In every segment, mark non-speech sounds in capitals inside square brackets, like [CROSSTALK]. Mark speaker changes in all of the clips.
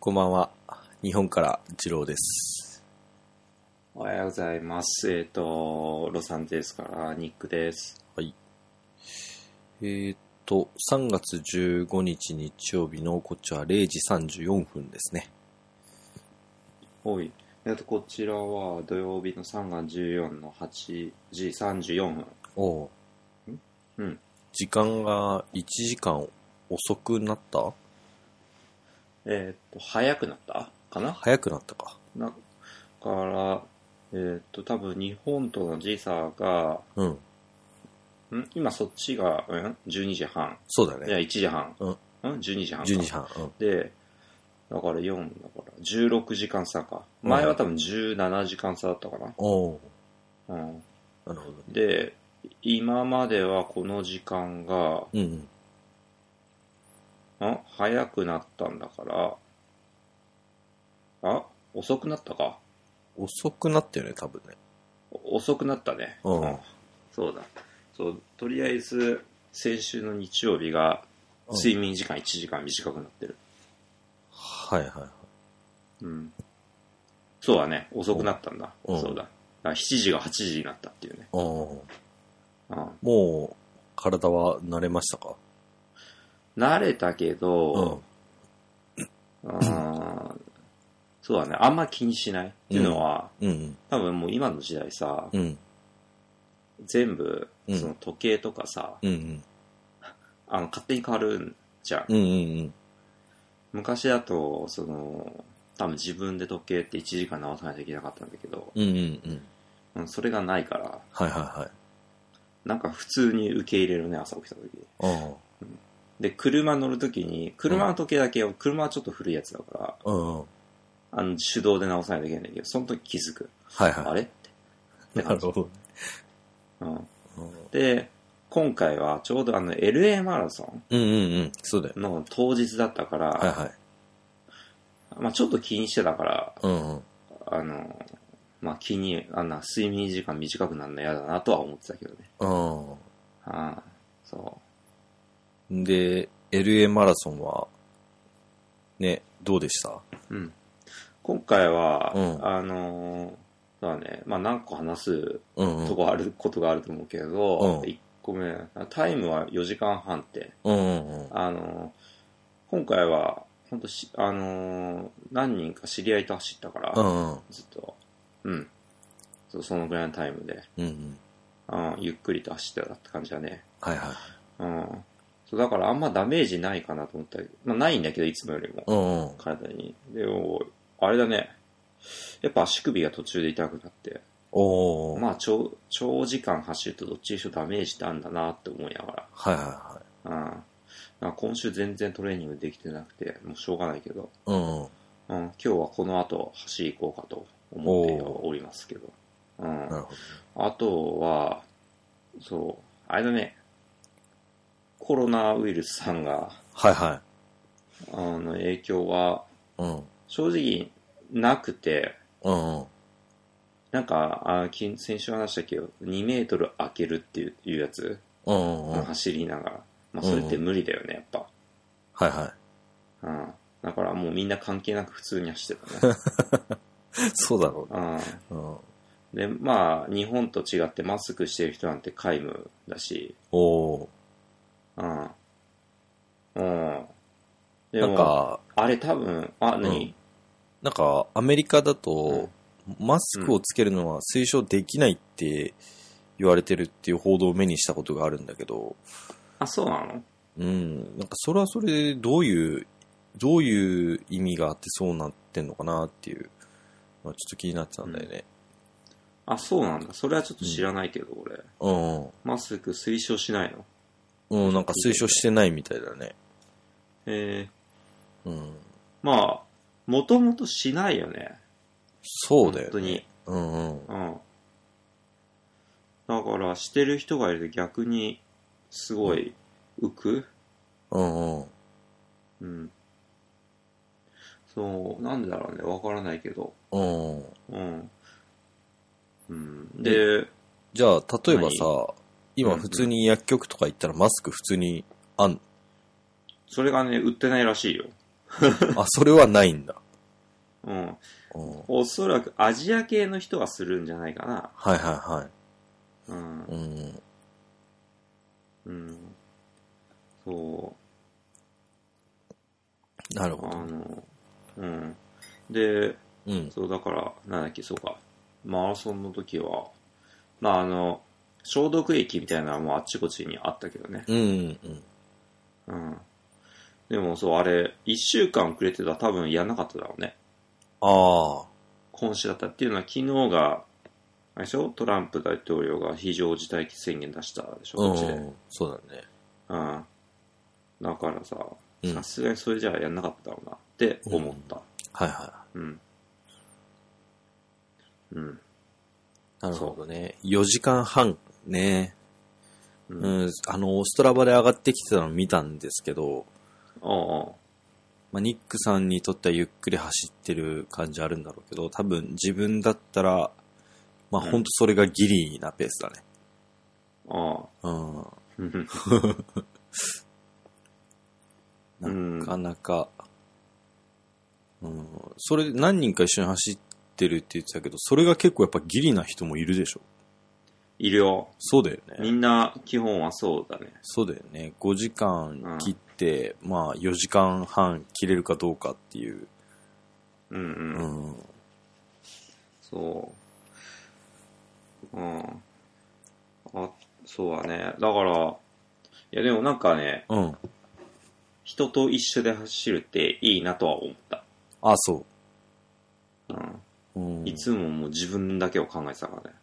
Speaker 1: こんばんは。日本から次郎です。
Speaker 2: おはようございます。えっ、と、ロサンゼルスからニックです。
Speaker 1: はい。えー、っと、3月15日日曜日のこっちは0時34分ですね。
Speaker 2: はい。えっと、こちらは土曜日の3月14の8時34分。
Speaker 1: おお。
Speaker 2: うん。
Speaker 1: 時間が1時間遅くなった
Speaker 2: えっ、と、早くなったかな
Speaker 1: 早くなったか。
Speaker 2: だから、えっ、と、多分日本との時差が、
Speaker 1: うん。
Speaker 2: ん今そっちが、うん ?12 時半。
Speaker 1: そうだ
Speaker 2: いや、
Speaker 1: ね。
Speaker 2: 1時半。
Speaker 1: うん
Speaker 2: ん ?12 時半か。
Speaker 1: 12時半。うん。
Speaker 2: で、だから4、だから16時間差か。前は多分17時間差だったかな。
Speaker 1: おお。
Speaker 2: うん
Speaker 1: なるほどね。
Speaker 2: で今まではこの時間が
Speaker 1: うんうん。
Speaker 2: あ早くなったんだからあ遅くなったか
Speaker 1: 遅くなったよね、多分ね。
Speaker 2: お遅くなったね
Speaker 1: うん
Speaker 2: そうだそうとりあえず先週の日曜日が
Speaker 1: うん
Speaker 2: 睡眠時間1時間短くなってる
Speaker 1: はいはいはい。
Speaker 2: うんそうだね遅くなったんだ、
Speaker 1: うん
Speaker 2: そうだだから7時が8時になったっていうね、
Speaker 1: おお。
Speaker 2: うん、
Speaker 1: もう、体は慣れましたか
Speaker 2: 慣れたけ
Speaker 1: うん
Speaker 2: ど、。あーそうだねあんま気にしないっていうのは、
Speaker 1: うん
Speaker 2: 多分もう今の時代さ、
Speaker 1: うん。うん。
Speaker 2: 全部
Speaker 1: うん
Speaker 2: その時計とかさ、
Speaker 1: うんうん。
Speaker 2: あの勝手に変わるんじゃん、
Speaker 1: うんうんうん。
Speaker 2: 昔だとその多分自分で時計って1時間直さないといけなかったんだけど、
Speaker 1: うんうんうん。
Speaker 2: うん、それがないから
Speaker 1: はいはいはい。
Speaker 2: なんか普通に受け入れるね朝起きた時
Speaker 1: あ
Speaker 2: で車乗る時に車の時計だけを、車はちょっと古いやつだから
Speaker 1: あ、うんうん。
Speaker 2: あの手動で直さないといけないんだけどその時気づく
Speaker 1: はい
Speaker 2: あ
Speaker 1: は
Speaker 2: れって
Speaker 1: い。なるほど。
Speaker 2: うん、
Speaker 1: うん
Speaker 2: で今回はちょうどあの LA マラソ
Speaker 1: うんうんうん。そうだよ。
Speaker 2: ンの当日だったから、
Speaker 1: はいはい。
Speaker 2: まあ、ちょっと気にしてたから
Speaker 1: うんうん。
Speaker 2: あの、まあ、気に、あんな、睡眠時間短くなるの嫌だなとは思ってたけどね。
Speaker 1: あ
Speaker 2: ああ、そ
Speaker 1: あ。で、LA マラソンは、ね、どうでした
Speaker 2: う。うん。今回は、
Speaker 1: うん
Speaker 2: あのー、そうだね、まあ、何個話す
Speaker 1: うんう
Speaker 2: と
Speaker 1: ん。
Speaker 2: こあることがあると思うけど、
Speaker 1: うん
Speaker 2: 1個目、タイムは4時間半って、
Speaker 1: うんうんうん。
Speaker 2: あのー、今回は、本当し、あのー、何人か知り合いと走ったから、
Speaker 1: うんうん。
Speaker 2: ずっと、うん。そうそのぐらいのタイムで、
Speaker 1: うんうん。
Speaker 2: うん、ゆっくりと走ってたって感じだね。
Speaker 1: はいはい。
Speaker 2: うん。そう、だからあんまダメージないかなと思ったけど、まあないんだけど、いつもよりも、
Speaker 1: うんうん。
Speaker 2: 体に。でも、あれだね。やっぱ足首が途中で痛くなって、
Speaker 1: おー。
Speaker 2: まあ長、長時間走るとどっちにしろダメージってあんだなって思いなが
Speaker 1: はいはいはい。
Speaker 2: ら。うん。なんか今週全然トレーニングできてなくて、もうしょうがないけど、
Speaker 1: うんうん。
Speaker 2: うん、今日はこの後走り行こうかと思っておりますけど。うん
Speaker 1: な。るほ
Speaker 2: あとは、そう、あれだね。コロナウイルスさんが、
Speaker 1: ど。はいは。
Speaker 2: あの影響はい
Speaker 1: うん。
Speaker 2: 正直なくて、
Speaker 1: うんうん。
Speaker 2: なんか、あき先週話したけど、2メートル開けるっていういうやつ、
Speaker 1: うんうんうん。はい
Speaker 2: 走りながら。まあ、それって無理だよね、やっぱ。
Speaker 1: は
Speaker 2: うん。だからもうみんな関係なく普通に走っ
Speaker 1: [LAUGHS]
Speaker 2: てたね。
Speaker 1: い。 [LAUGHS] そうだろうね。
Speaker 2: う
Speaker 1: うん。
Speaker 2: ん。で、まあ、日本と違ってマスクしてる人なんて皆無だし、
Speaker 1: おー。
Speaker 2: うん。うん。で
Speaker 1: なん
Speaker 2: も、
Speaker 1: か、
Speaker 2: あれ多分、あ、何、
Speaker 1: なんか、アメリカだと、マスクをつけるのは推奨できないって言われてるっていう報道を目にしたことがあるんだけど、
Speaker 2: あ、そうなの
Speaker 1: うん、なんかそれはそれでどういう、どういう意味があってそうなってんのかなっていう、まあ、ちょっと気になってたんだよね。
Speaker 2: あ、そうなんだ。それはちょっと知らないけど、俺。
Speaker 1: うん、うん
Speaker 2: マスク推奨しないの
Speaker 1: うん、なんか推奨してないみたいだね。
Speaker 2: えー、
Speaker 1: うん、
Speaker 2: まあ、もともとしないよね。
Speaker 1: そうだよね。
Speaker 2: 本当に。
Speaker 1: うんうん。
Speaker 2: うん。だから、してる人がいると逆に、すごい、浮く。
Speaker 1: うんうん。
Speaker 2: うん。そう、なんでだろうね。わからないけど。
Speaker 1: うんうん。
Speaker 2: うん。うん、で、
Speaker 1: じゃあ、例えばさ、今
Speaker 2: うんうん
Speaker 1: 普通に薬局とか行ったらマスク普通にあん、
Speaker 2: それがね、売ってないらしいよ。
Speaker 1: あ、それはないんだ。
Speaker 2: うん。
Speaker 1: うんはい
Speaker 2: おそらくアジア系の人はするんじゃないかな。
Speaker 1: はいは
Speaker 2: うん
Speaker 1: い。。うん。
Speaker 2: うん。そう。
Speaker 1: なるほ
Speaker 2: あ
Speaker 1: ど。
Speaker 2: の、うん。で、
Speaker 1: うん。
Speaker 2: そう、だから、なんだっけ、そうか。マラソンの時は、まあ、あの、消毒液みたいなのはもうあっちこっちにあったけどね。
Speaker 1: うんうん。
Speaker 2: うん。でもそう、あれ、一週間遅れてたら多分やらなかっただろうね。
Speaker 1: ああ。
Speaker 2: 今週だったっていうのは、昨日が、あれでしょトランプ大統領が非常事態宣言出したでしょ、
Speaker 1: う
Speaker 2: こ
Speaker 1: ん
Speaker 2: っちで。
Speaker 1: うん。そうだね。
Speaker 2: うん。だからさ、
Speaker 1: うん
Speaker 2: さすがにそれじゃやんなかっただろうなって思った。
Speaker 1: はいは
Speaker 2: うん。うん。
Speaker 1: い。なるほどね。4時間半ね。
Speaker 2: うん。
Speaker 1: う
Speaker 2: あ
Speaker 1: ん。あの、ストラバで上がってきてたの見たんですけど、
Speaker 2: あ。
Speaker 1: まあ、ニックさんにとってはゆっくり走ってる感じあるんだろうけど、多分自分だったら、まあ、
Speaker 2: うん
Speaker 1: ほんとそれがギリなペースだね。
Speaker 2: ああ。
Speaker 1: うん。
Speaker 2: う。
Speaker 1: なんかなか、うん、それ何人か一緒に走ってるって言ってたけど、それが結構やっぱギリな人もいるでしょ。
Speaker 2: 医療。
Speaker 1: そうだよ
Speaker 2: み
Speaker 1: ね。
Speaker 2: んな基本はそうだね。
Speaker 1: そうだよね。5時間切って、まあ4時間半切れるかどうかっていう。
Speaker 2: うんう
Speaker 1: う
Speaker 2: ん。
Speaker 1: ん。
Speaker 2: そう。うん。あ、そうだね。だから、いやでもなんかね、
Speaker 1: うん。
Speaker 2: 人と一緒で走るっていいなとは思った。
Speaker 1: あ、そ
Speaker 2: うん。
Speaker 1: う。うん。
Speaker 2: いつももう自分だけを考えてたからね。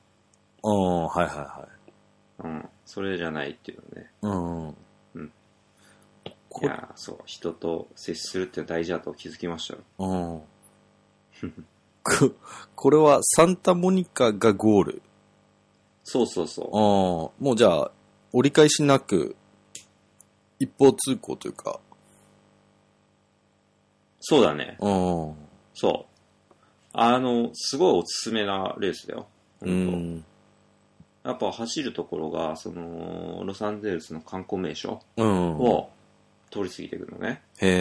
Speaker 1: うん、はいはいはい。
Speaker 2: うん。それじゃないっていうのね。
Speaker 1: うん。
Speaker 2: うんい
Speaker 1: こ
Speaker 2: やー、そう。人と接するって大事だと気づきましたよ。
Speaker 1: うん。ここれはサンタモニカがゴール。
Speaker 2: そうそうそ
Speaker 1: ああ、もうじゃあ、折り返しなく、一方通行というか。
Speaker 2: う。そうだね。
Speaker 1: うん。う
Speaker 2: そう。あの、すごいおすすめなレースだよ。ほんと
Speaker 1: ん。
Speaker 2: やっぱ走るところが、その、ロサンゼルスの観光名所
Speaker 1: うん。
Speaker 2: を通り過ぎていくのね。
Speaker 1: へ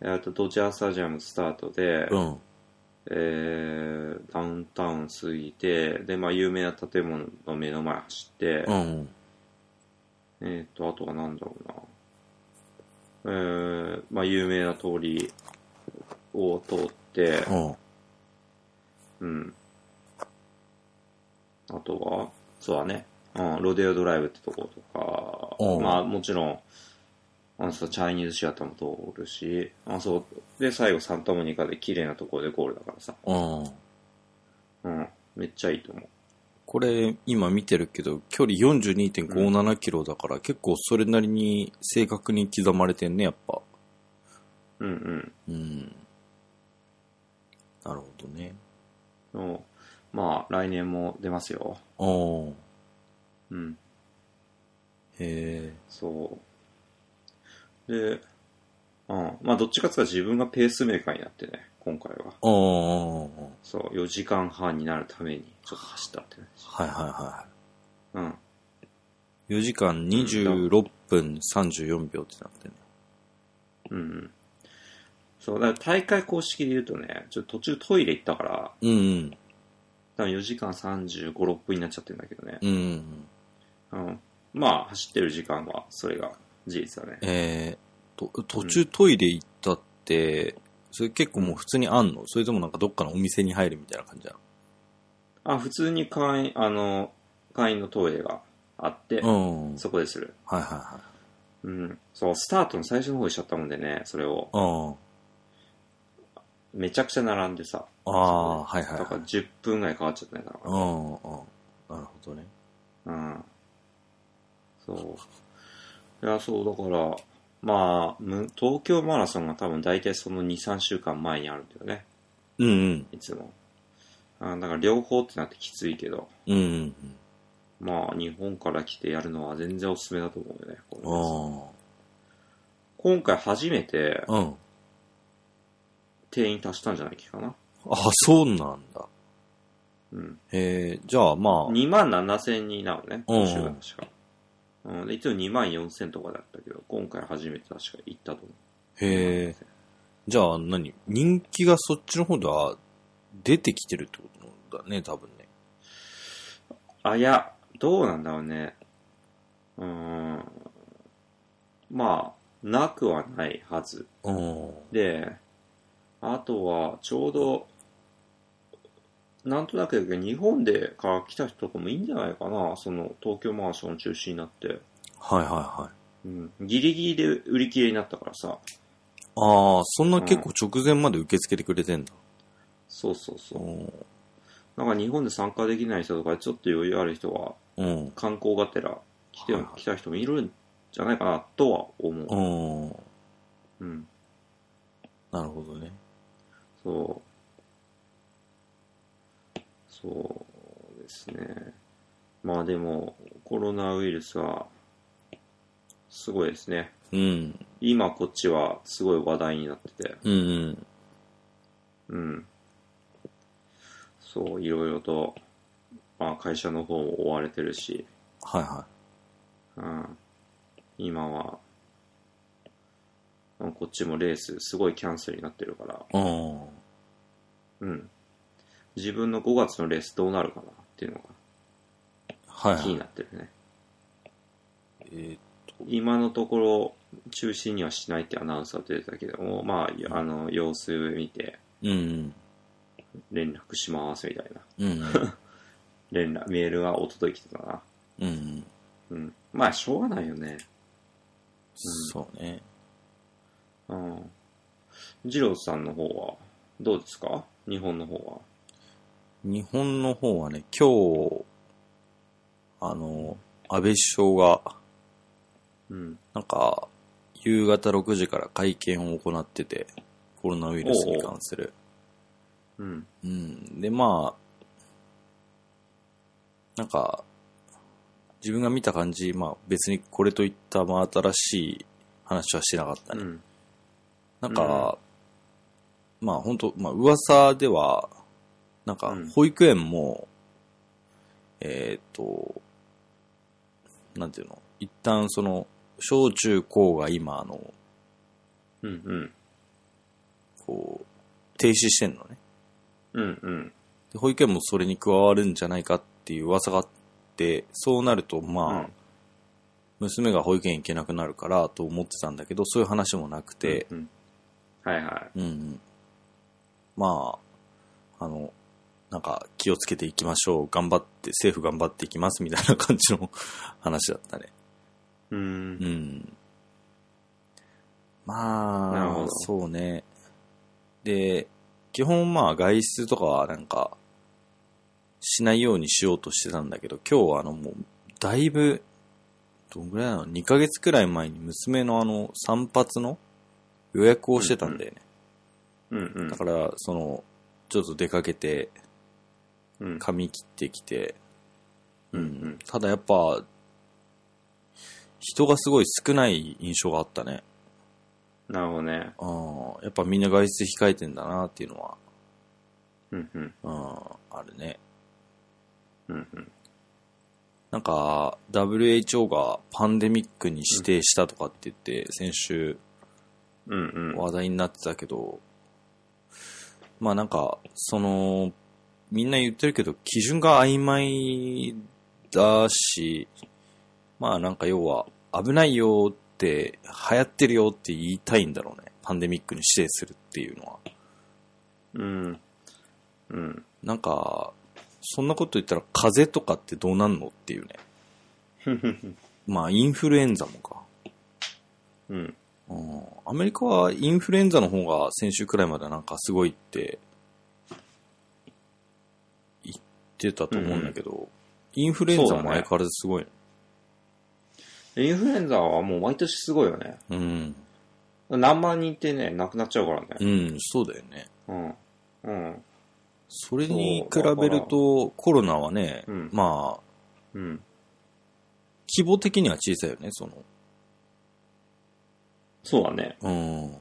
Speaker 1: え。
Speaker 2: えーと、ドジャースタジアムスタートで、
Speaker 1: うん。
Speaker 2: えー、ダウンタウン過ぎて、で、まあ、有名な建物の目の前走って、
Speaker 1: うん。
Speaker 2: えーと、あとは何だろうな。えー、まあ、有名な通りを通って、
Speaker 1: うん。
Speaker 2: うん。あとは、そうだね。うん、ロデオドライブってとこと
Speaker 1: う
Speaker 2: か、
Speaker 1: ん
Speaker 2: まあもちろん、あのそう、チャイニーズシアターも通るし、あそう。で、最後サンタモニカで綺麗なところでゴールだからさ。
Speaker 1: うん。
Speaker 2: うん。めっちゃいいと思う。
Speaker 1: これ、今見てるけど、距離42.57キロだから、結構それなりに正確に刻まれてんね、やっぱ。
Speaker 2: うんうん。
Speaker 1: うん。なるほどね。
Speaker 2: そうまあ来年も出ますよ。
Speaker 1: うん。
Speaker 2: うん。
Speaker 1: へえ。
Speaker 2: そう。で、うん。まあどっちかっていうと自分がペースメーカーになってね、今回は。
Speaker 1: うんうんうんうん。
Speaker 2: そう、4時間半になるためにちょっと走ったって感じ。
Speaker 1: はいはいは
Speaker 2: うん。
Speaker 1: い。4時間26分34秒ってなってね。
Speaker 2: うんうん。そう、だから大会公式で言うとね、ちょっと途中トイレ行ったから、
Speaker 1: うんうん。
Speaker 2: 多分4時間35、6分になっちゃってるんだけどね。
Speaker 1: うん。
Speaker 2: うん。まあ、走ってる時間は、それが事実だね。
Speaker 1: えー、と、途中トイレ行ったって、それ結構もう普通にあんのそれともなんかどっかのお店に入るみたいな感じな
Speaker 2: あ、普通に会員、あの、会員のトイレがあって、
Speaker 1: のうん。はい
Speaker 2: そこでする。
Speaker 1: はいは
Speaker 2: うん。そう、スタートの最初の方にしちゃったもんでね、それを、
Speaker 1: い。うん。
Speaker 2: めちゃくちゃ並んでさ、
Speaker 1: ああ、はいはい
Speaker 2: だ
Speaker 1: は
Speaker 2: から
Speaker 1: い。
Speaker 2: 10分ぐらいかかっちゃったんだから。
Speaker 1: うん、うん。なるほどね。
Speaker 2: うん。そう。いや、そう、だから、まあ、む東京マラソンが多分大体その2、3週間前にあるんだよね。
Speaker 1: うんうん。
Speaker 2: いつも。あだから両方ってなってきついけど、
Speaker 1: うんうん
Speaker 2: まあ、日本から来てやるのは全然おすすめだと思うよね。こ
Speaker 1: う
Speaker 2: のレース
Speaker 1: ん。
Speaker 2: 今回初めて
Speaker 1: ああ。うん。
Speaker 2: 定員足したんじゃないっけかな。
Speaker 1: あ、そうなんだ。
Speaker 2: うん。
Speaker 1: えー、じゃあまあ、
Speaker 2: 2万7千人なのね、
Speaker 1: うん
Speaker 2: 今週が確か。うん、でいつも2万4千とかだったけど、今回初めて確か行ったと思う。
Speaker 1: へえ、じゃあ何人気がそっちの方では出てきてるってことなんだね、多分ね。
Speaker 2: あ、いや、どうなんだろうね。うーん。まあ、なくはないはず。
Speaker 1: う
Speaker 2: で、あとは、ちょうど、なんとなくだけど、日本でから来た人とかもいいんじゃないかな。その、東京マンション中止になって。
Speaker 1: ん。はいはいはい。
Speaker 2: うん。ギリギリで売り切れになったからさ。
Speaker 1: ああ、そんな結構直前まで受け付けてくれてんだ。
Speaker 2: そうそうそうう。
Speaker 1: ん。
Speaker 2: なんか日本で参加できない人とか、ちょっと余裕ある人は、
Speaker 1: うん。
Speaker 2: 観光がてら来て
Speaker 1: はいはい
Speaker 2: 来た人もいるんじゃないかなとは思う。
Speaker 1: うん。
Speaker 2: うん。
Speaker 1: なるほどね。
Speaker 2: そう。そうですね。まあでも、コロナウイルスは、すごいですね。
Speaker 1: うん。
Speaker 2: 今こっちはすごい話題になってて、
Speaker 1: うんうん。
Speaker 2: うん。そう、いろいろと、まあ会社の方も追われてるし、
Speaker 1: はいは
Speaker 2: うん、今は、うんこっちもレースすごいキャンセルになってるから、
Speaker 1: い。うん。
Speaker 2: うん。自分の5月のレースどうなるかなっていうの
Speaker 1: はい、
Speaker 2: が気に
Speaker 1: はい。
Speaker 2: なってるね。
Speaker 1: え
Speaker 2: 今のところ中止にはしないってアナウンスは出てたけども、まあ、あの、様子見て
Speaker 1: ー、うん
Speaker 2: 連絡しますみたいな。
Speaker 1: うん。 [LAUGHS] うん
Speaker 2: 連絡、メールがおととい来てたな。
Speaker 1: うん。うん。
Speaker 2: うん。まあ、しょうがないよね。
Speaker 1: そうね。
Speaker 2: うん。二郎さんの方は、どうですか日本の方は。
Speaker 1: 日本の方はね、今日、あの、安倍首相が、
Speaker 2: うん。
Speaker 1: なんか、夕方6時から会見を行ってて、コロナウイルスに関する。
Speaker 2: うん。
Speaker 1: うん。で、まあ、なんか、自分が見た感じ、まあ別にこれといった真新しい話はしてなかったね。
Speaker 2: うん。
Speaker 1: なんか、まあ本当まあ噂では、なんか
Speaker 2: うん
Speaker 1: 保育園も、えーっと、なんていうの、一旦その、小中高が今、あの、
Speaker 2: うんうん。
Speaker 1: こう、停止してんのね。
Speaker 2: うんうん。
Speaker 1: で保育園もそれに加わるんじゃないかっていう噂があって、そうなると、まあ、
Speaker 2: うん
Speaker 1: 娘が保育園行けなくなるからと思ってたんだけど、そういう話もなくて、
Speaker 2: うんうん、はいは
Speaker 1: うんうん。まあ、あの、なんか気をつけていきましょう。頑張って、政府頑張っていきますみたいな感じの話だったね。
Speaker 2: い。う。
Speaker 1: うんん。まあ、
Speaker 2: なるほど
Speaker 1: そうね。で、基本まあ外出とかはなんか、しないようにしようとしてたんだけど、今日はあのもう、だいぶ、どんぐらいなの ?2 ヶ月くらい前に娘のあの、散髪の予約をしてたんだよね。
Speaker 2: うんうん
Speaker 1: だ。から、その、ちょっと出かけて、
Speaker 2: うん
Speaker 1: 髪切ってきて、
Speaker 2: うんうん。
Speaker 1: ただやっぱ、人がすごい少ない印象があったね。
Speaker 2: なるほどね。
Speaker 1: あーやっぱみんな外出控えてんだなっていうのは、
Speaker 2: うんうん。
Speaker 1: うん、あるね。
Speaker 2: うんうん。
Speaker 1: なんか、WHO がパンデミックに指定したとかって言って、先週
Speaker 2: うんうん。
Speaker 1: 話題になってたけど、まあなんか、その、みんな言ってるけど、基準が曖昧だし、まあなんか要は、危ないよって、流行ってるよって言いたいんだろうね。パンデミックに指定するっていうのは。
Speaker 2: うん。うん。
Speaker 1: なんか、そんなこと言ったら、風邪とかってどうなんのっていうね。 [LAUGHS] まあインフルエンザもか。
Speaker 2: うん。
Speaker 1: うんアメリカはインフルエンザの方が先週くらいまでなんかすごいって言ってたと思うんだけど、インフルエンザも相変わらずすごい。
Speaker 2: インフルエンザはもう毎年すごいよね。
Speaker 1: うん。
Speaker 2: 何万人ってね、亡くなっちゃうから
Speaker 1: う
Speaker 2: ね。
Speaker 1: ん、そうだよね。
Speaker 2: うん。うん。
Speaker 1: それに比べるとコロナはね、
Speaker 2: うん
Speaker 1: まあ、
Speaker 2: うん。
Speaker 1: 規模的には小さいよね、その。
Speaker 2: そうだね。
Speaker 1: うん。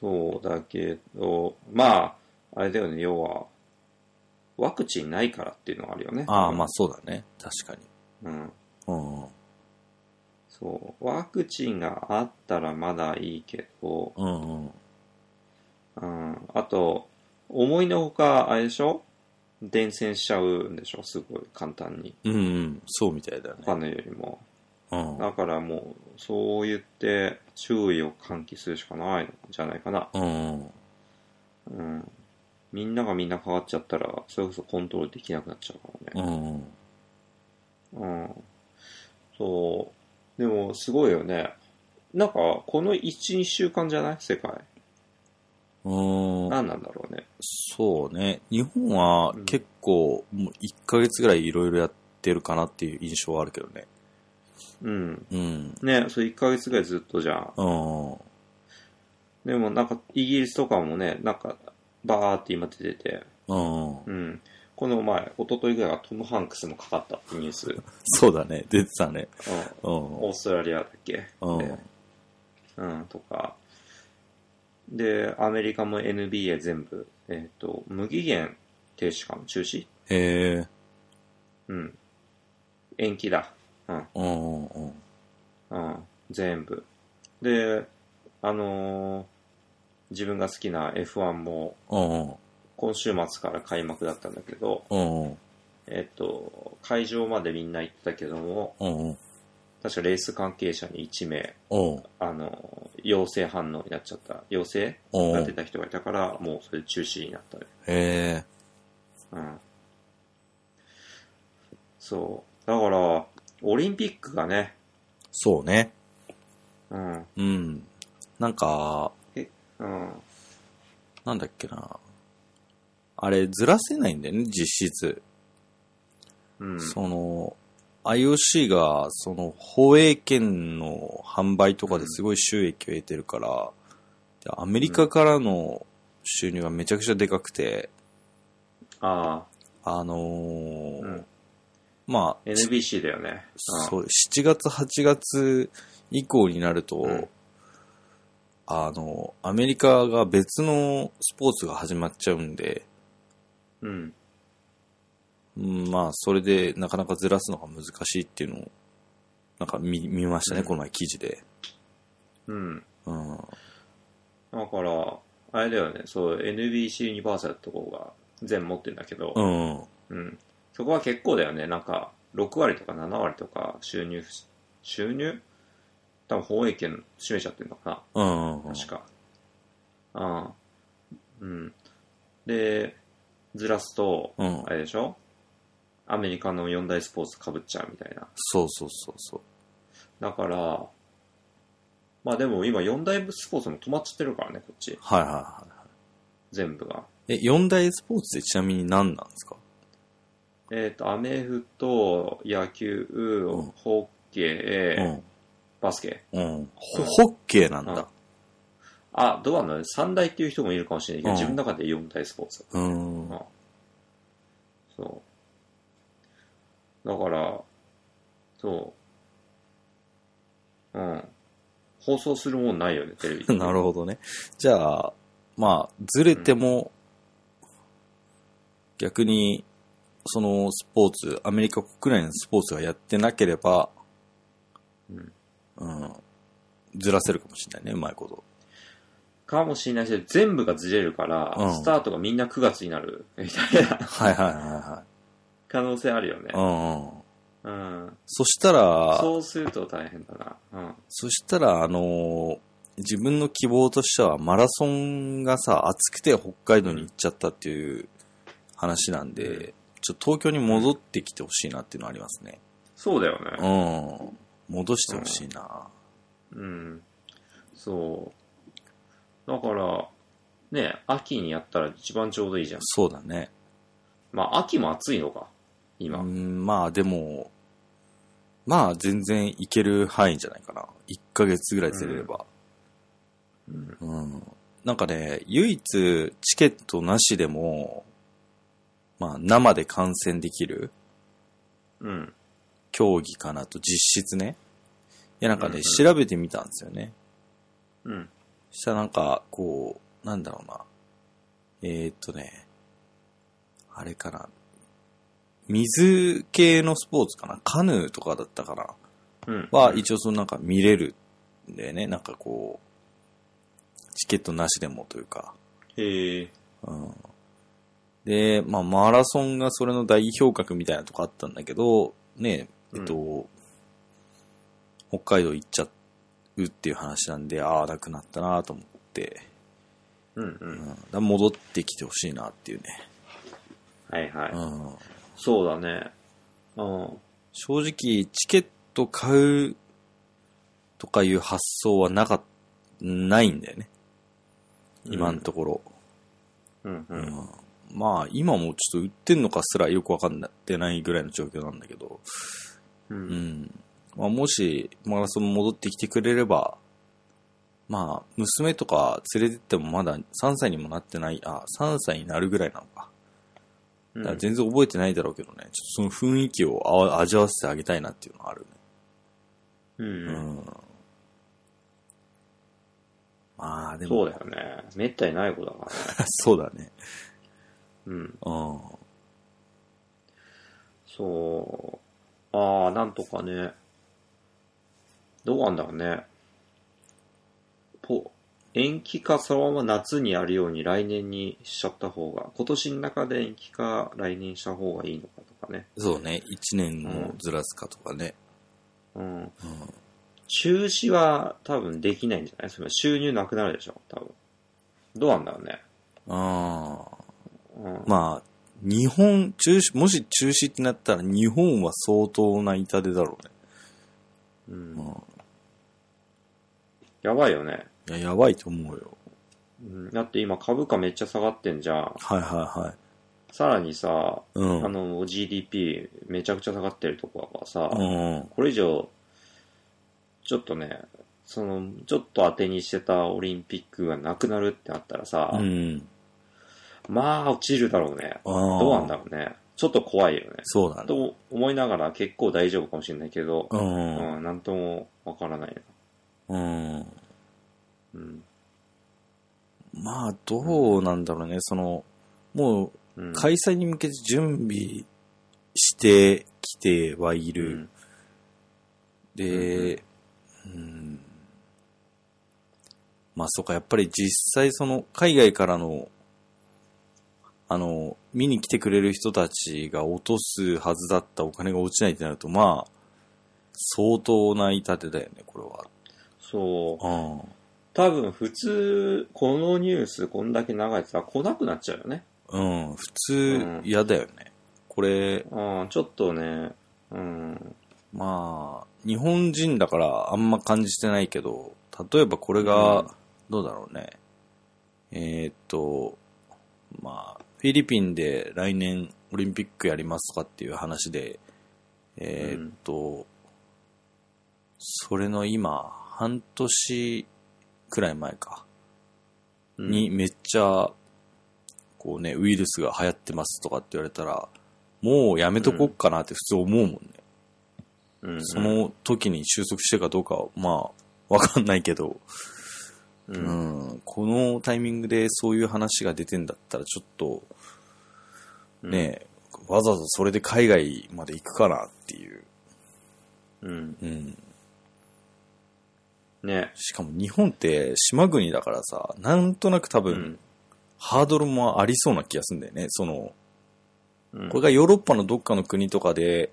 Speaker 2: そうだけど、まあ、あれだよね、要は、ワクチンないからっていうのがあるよね。
Speaker 1: ああ、まあそうだね。確かに。
Speaker 2: うん。
Speaker 1: うん。
Speaker 2: そう、ワクチンがあったらまだいいけど、
Speaker 1: うんうん。
Speaker 2: うん、あと、思いのほか、あれでしょ伝染しちゃうんでしょすごい簡単に。
Speaker 1: うんうん。そうみたいだよね。
Speaker 2: 他のよりも。
Speaker 1: うん。
Speaker 2: だからもう、そう言って注意を喚起するしかないんじゃないかな。
Speaker 1: うんうん。
Speaker 2: うん。みんながみんな変わっちゃったら、それこそコントロールできなくなっちゃうからね。
Speaker 1: うんうん。
Speaker 2: うん。そう。でも、すごいよね。なんか、この1、2週間じゃない世界。
Speaker 1: うん
Speaker 2: 何なんだろうね。
Speaker 1: そうね。日本は
Speaker 2: うん
Speaker 1: 結構、もう1ヶ月ぐらいいろいろやってるかなっていう印象はあるけどね。
Speaker 2: うん。
Speaker 1: うん。
Speaker 2: ね、それ1ヶ月ぐらいずっとじゃん。
Speaker 1: うん。うん
Speaker 2: でもなんか、イギリスとかもね、なんか、バーって今出てて、
Speaker 1: うん。
Speaker 2: うん。この前、一昨日ぐらいはトム・ハンクスもかかったってニュース。うん。
Speaker 1: そうだね。出てたね。うん。
Speaker 2: オーストラリアだっけ
Speaker 1: うん。
Speaker 2: でうん、とか。で、アメリカも NBA 全部、えっ、と、無期限停止かも、中止
Speaker 1: へえ。
Speaker 2: うん。延期だ。うん。
Speaker 1: うんうんうん。
Speaker 2: うん。全部。で、あのー自分が好きな F1 も
Speaker 1: うん
Speaker 2: 今週末から開幕だったんだけど、
Speaker 1: うん。うん
Speaker 2: えっと、会場までみんな行ったけども、
Speaker 1: うん。うん
Speaker 2: 確かレース関係者に1名、
Speaker 1: うん。
Speaker 2: あの、陽性反応になっちゃった、陽性
Speaker 1: うん。
Speaker 2: が
Speaker 1: へ
Speaker 2: 出た人がいたから、もうそれ中止になったね。
Speaker 1: え。
Speaker 2: うん。そう。だから、オリンピックがね、
Speaker 1: そうね。
Speaker 2: うん、
Speaker 1: うん。なんか、
Speaker 2: うん、
Speaker 1: なんだっけな。あれ、ずらせないんだよね、実質。
Speaker 2: うん、
Speaker 1: その、IOC が、その、放映権の販売とかですごい収益を得てるから、でアメリカからの収入がめちゃくちゃでかくて、
Speaker 2: ああ、
Speaker 1: あのー
Speaker 2: うん、
Speaker 1: まあ、
Speaker 2: NBC だよね。
Speaker 1: そう、7月、8月以降になると、
Speaker 2: うん
Speaker 1: あの、アメリカが別のスポーツが始まっちゃうんで、
Speaker 2: うん、うん、
Speaker 1: うんまあ、それでなかなかずらすのが難しいっていうのを、なんか見見ましたね、
Speaker 2: うん
Speaker 1: この前記事で。
Speaker 2: うん。
Speaker 1: うん。
Speaker 2: だから、あれだよね、そう、NBC ユニバーサルってとこが全部持ってるんだけど、
Speaker 1: うん。
Speaker 2: うん。そこは結構だよね。なんか、6割とか7割とか収入し、収入多分放映権占めちゃってるのか
Speaker 1: うん。うん
Speaker 2: な確か。ああ。うん。で、ずらすと、
Speaker 1: うん
Speaker 2: あ。れでしょアメリカの4大スポーツ被っちゃうみたいな。
Speaker 1: そうそうそうそう。
Speaker 2: だから、まあでも今4大スポーツも止まっちゃってるからね、こっち。
Speaker 1: はいはいは
Speaker 2: 全部が。
Speaker 1: い。え、四大スポーツってちなみに何なんですか
Speaker 2: えっ、と、アメフト、野球、
Speaker 1: うん
Speaker 2: ホッケー、
Speaker 1: うん。
Speaker 2: バスケ。
Speaker 1: うん。ホホッケーなんだ。
Speaker 2: あ、どうなの三大っていう人もいるかもしれないけど、
Speaker 1: うん
Speaker 2: 自分の中で四大スポーツ。
Speaker 1: うん。うん。。
Speaker 2: そう。だから、そう。うん。放送するもんないよね、テレビ
Speaker 1: [LAUGHS] なるほどね。じゃあ、まあ、ずれても、逆に、そのスポーツ、アメリカ国内のスポーツがやってなければ、
Speaker 2: うん
Speaker 1: うん。ずらせるかもしれないね、うまい
Speaker 2: [LAUGHS]
Speaker 1: こと。
Speaker 2: かもしれないし、全部がずれるから、
Speaker 1: うん
Speaker 2: スタートがみんな9月になる、みたいな [LAUGHS]
Speaker 1: はいはいはいは
Speaker 2: 可能性あるよね
Speaker 1: い。う。ん、うん。
Speaker 2: うん。
Speaker 1: そしたら、
Speaker 2: そうすると大変だな。
Speaker 1: そしたら、あのー自分の希望としては、マラソンがさ、暑くて北海道に行っちゃったっていう話なんで、
Speaker 2: うん
Speaker 1: ちょっと東京に戻ってきてほしいなっていうのはありますね。
Speaker 2: うん。そうだよね。
Speaker 1: うん。戻してほしいな。
Speaker 2: うん。そう。だから、ね、秋にやったら一番ちょうどいいじゃん。
Speaker 1: そうだね。
Speaker 2: まあ、秋も暑いのか、今。
Speaker 1: うん、まあでも、まあ全然いける範囲じゃないかな。1ヶ月ぐらいずれれば。
Speaker 2: うん。
Speaker 1: うん。なんかね、唯一チケットなしでも、まあ生で観戦できる
Speaker 2: うん。
Speaker 1: 競技かなと、実質ね。いや、なんか
Speaker 2: うんう
Speaker 1: ね、
Speaker 2: ん
Speaker 1: 調べてみたんですよね。
Speaker 2: うん。
Speaker 1: そしたらなんか、こう、なんだろうな。えー、っとね、あれかな。水系のスポーツかなカヌーとかだったかな
Speaker 2: うん。
Speaker 1: は一応そのなんか見れるんだよね。なんかこう、チケットなしでもというか。
Speaker 2: へえ。
Speaker 1: うん。で、まあマラソンがそれの代表格みたいなとこあったんだけど、ねえ、えっと、北海道行っちゃうっていう話なんで、ああ、なくなったなと思って、
Speaker 2: うんう。
Speaker 1: うんん、だから戻ってきてほしいなっていうね。
Speaker 2: はいはい。
Speaker 1: うん。
Speaker 2: そうだね。うん。
Speaker 1: 正直、チケット買うとかいう発想はなかっ、ないんだよね。今のところ。
Speaker 2: うんう
Speaker 1: うん
Speaker 2: ん。
Speaker 1: まあ、今もちょっと売ってんのかすらよくわかんなってないぐらいの状況なんだけど、
Speaker 2: う。
Speaker 1: うんん。まあ、もし、マラソン戻ってきてくれれば、まあ、娘とか連れてってもまだ3歳にもなってない、あ、3歳になるぐらいなのか。
Speaker 2: う
Speaker 1: だ
Speaker 2: ん
Speaker 1: から全然覚えてないだろうけどね、ちょっとその雰囲気をあわ味わわせてあげたいなっていうのはあるね。
Speaker 2: う。
Speaker 1: うんん。まあ、でも、
Speaker 2: そうだよね。めったにない子だからね。
Speaker 1: [LAUGHS] そうだね。
Speaker 2: うん。
Speaker 1: うん。
Speaker 2: そう。ああ、なんとかね。どうなんだろうね。ぽ、延期かそのまま夏にやるように来年にしちゃった方が、今年の中で延期か来年した方がいいのかとかね。
Speaker 1: そうね、1年をずらすかとかね。
Speaker 2: うん。
Speaker 1: うん
Speaker 2: 中止は多分できないんじゃないそれ収入なくなるでしょ多分。どうなんだろうね。
Speaker 1: ああ。
Speaker 2: うん。
Speaker 1: まあ、日本、中止、もし中止ってなったら日本は相当な痛手だろうね。
Speaker 2: うん、
Speaker 1: う
Speaker 2: やばいよね。
Speaker 1: ん。いや、やばいと思うよ。
Speaker 2: うん、だって今株価めっちゃ下がってんじゃん。
Speaker 1: はいはいはい。
Speaker 2: さらにさ、
Speaker 1: うん。
Speaker 2: あの、GDP めちゃくちゃ下がってるとこだからさ、
Speaker 1: うん。
Speaker 2: これ以上、ちょっとね、その、ちょっと当てにしてたオリンピックがなくなるってなったらさ、
Speaker 1: うん。
Speaker 2: まあ落ちるだろうね。
Speaker 1: ああ。
Speaker 2: どうなんだろうね。ちょっと怖いよね。
Speaker 1: そうだね。
Speaker 2: と思いながら結構大丈夫かもしれないけど、
Speaker 1: う。
Speaker 2: うんん、なんともわからない
Speaker 1: う
Speaker 2: な。
Speaker 1: ん。
Speaker 2: うん。
Speaker 1: まあ、どうなんだろうね。その、もう、
Speaker 2: うん、
Speaker 1: 開催に向けて準備してきてはいる。
Speaker 2: うん
Speaker 1: で、うん。まあそうか、やっぱり実際その海外からの、あの、見に来てくれる人たちが落とすはずだったお金が落ちないってなると、まあ、相当な痛手だよね、これは。
Speaker 2: そう。
Speaker 1: うん。
Speaker 2: 多分普通、このニュースこんだけ長いやつは来なくなっちゃうよね。
Speaker 1: うん、普
Speaker 2: うん
Speaker 1: 通嫌だよね。これ、
Speaker 2: うん、ちょっとね、うん、
Speaker 1: まあ、日本人だからあんま感じてないけど、例えばこれ
Speaker 2: うん
Speaker 1: が、どうだろうね。えーっと、まあ、フィリピンで来年オリンピックやりますとかっていう話で、えーっと、それの今、半年くらい前か、
Speaker 2: うん
Speaker 1: にめっちゃ、こうね、ウイルスが流行ってますとかって言われたら、もうやめとこっかなって普通思うもんね。
Speaker 2: うん
Speaker 1: その時に収束してるかどうかは、まあ、わかんないけど、う
Speaker 2: う、
Speaker 1: んん、このタイミングでそういう話が出てんだったら、ちょっと、
Speaker 2: うん
Speaker 1: ね、わざわざそれで海外まで行くかなっていう。
Speaker 2: うん、
Speaker 1: うん。
Speaker 2: ね、
Speaker 1: しかも日本って島国だからさ、なんとなく多
Speaker 2: う
Speaker 1: 分、、ハードルもありそうな気がするんだよね。その、
Speaker 2: うん
Speaker 1: これがヨーロッパのどっかの国とかで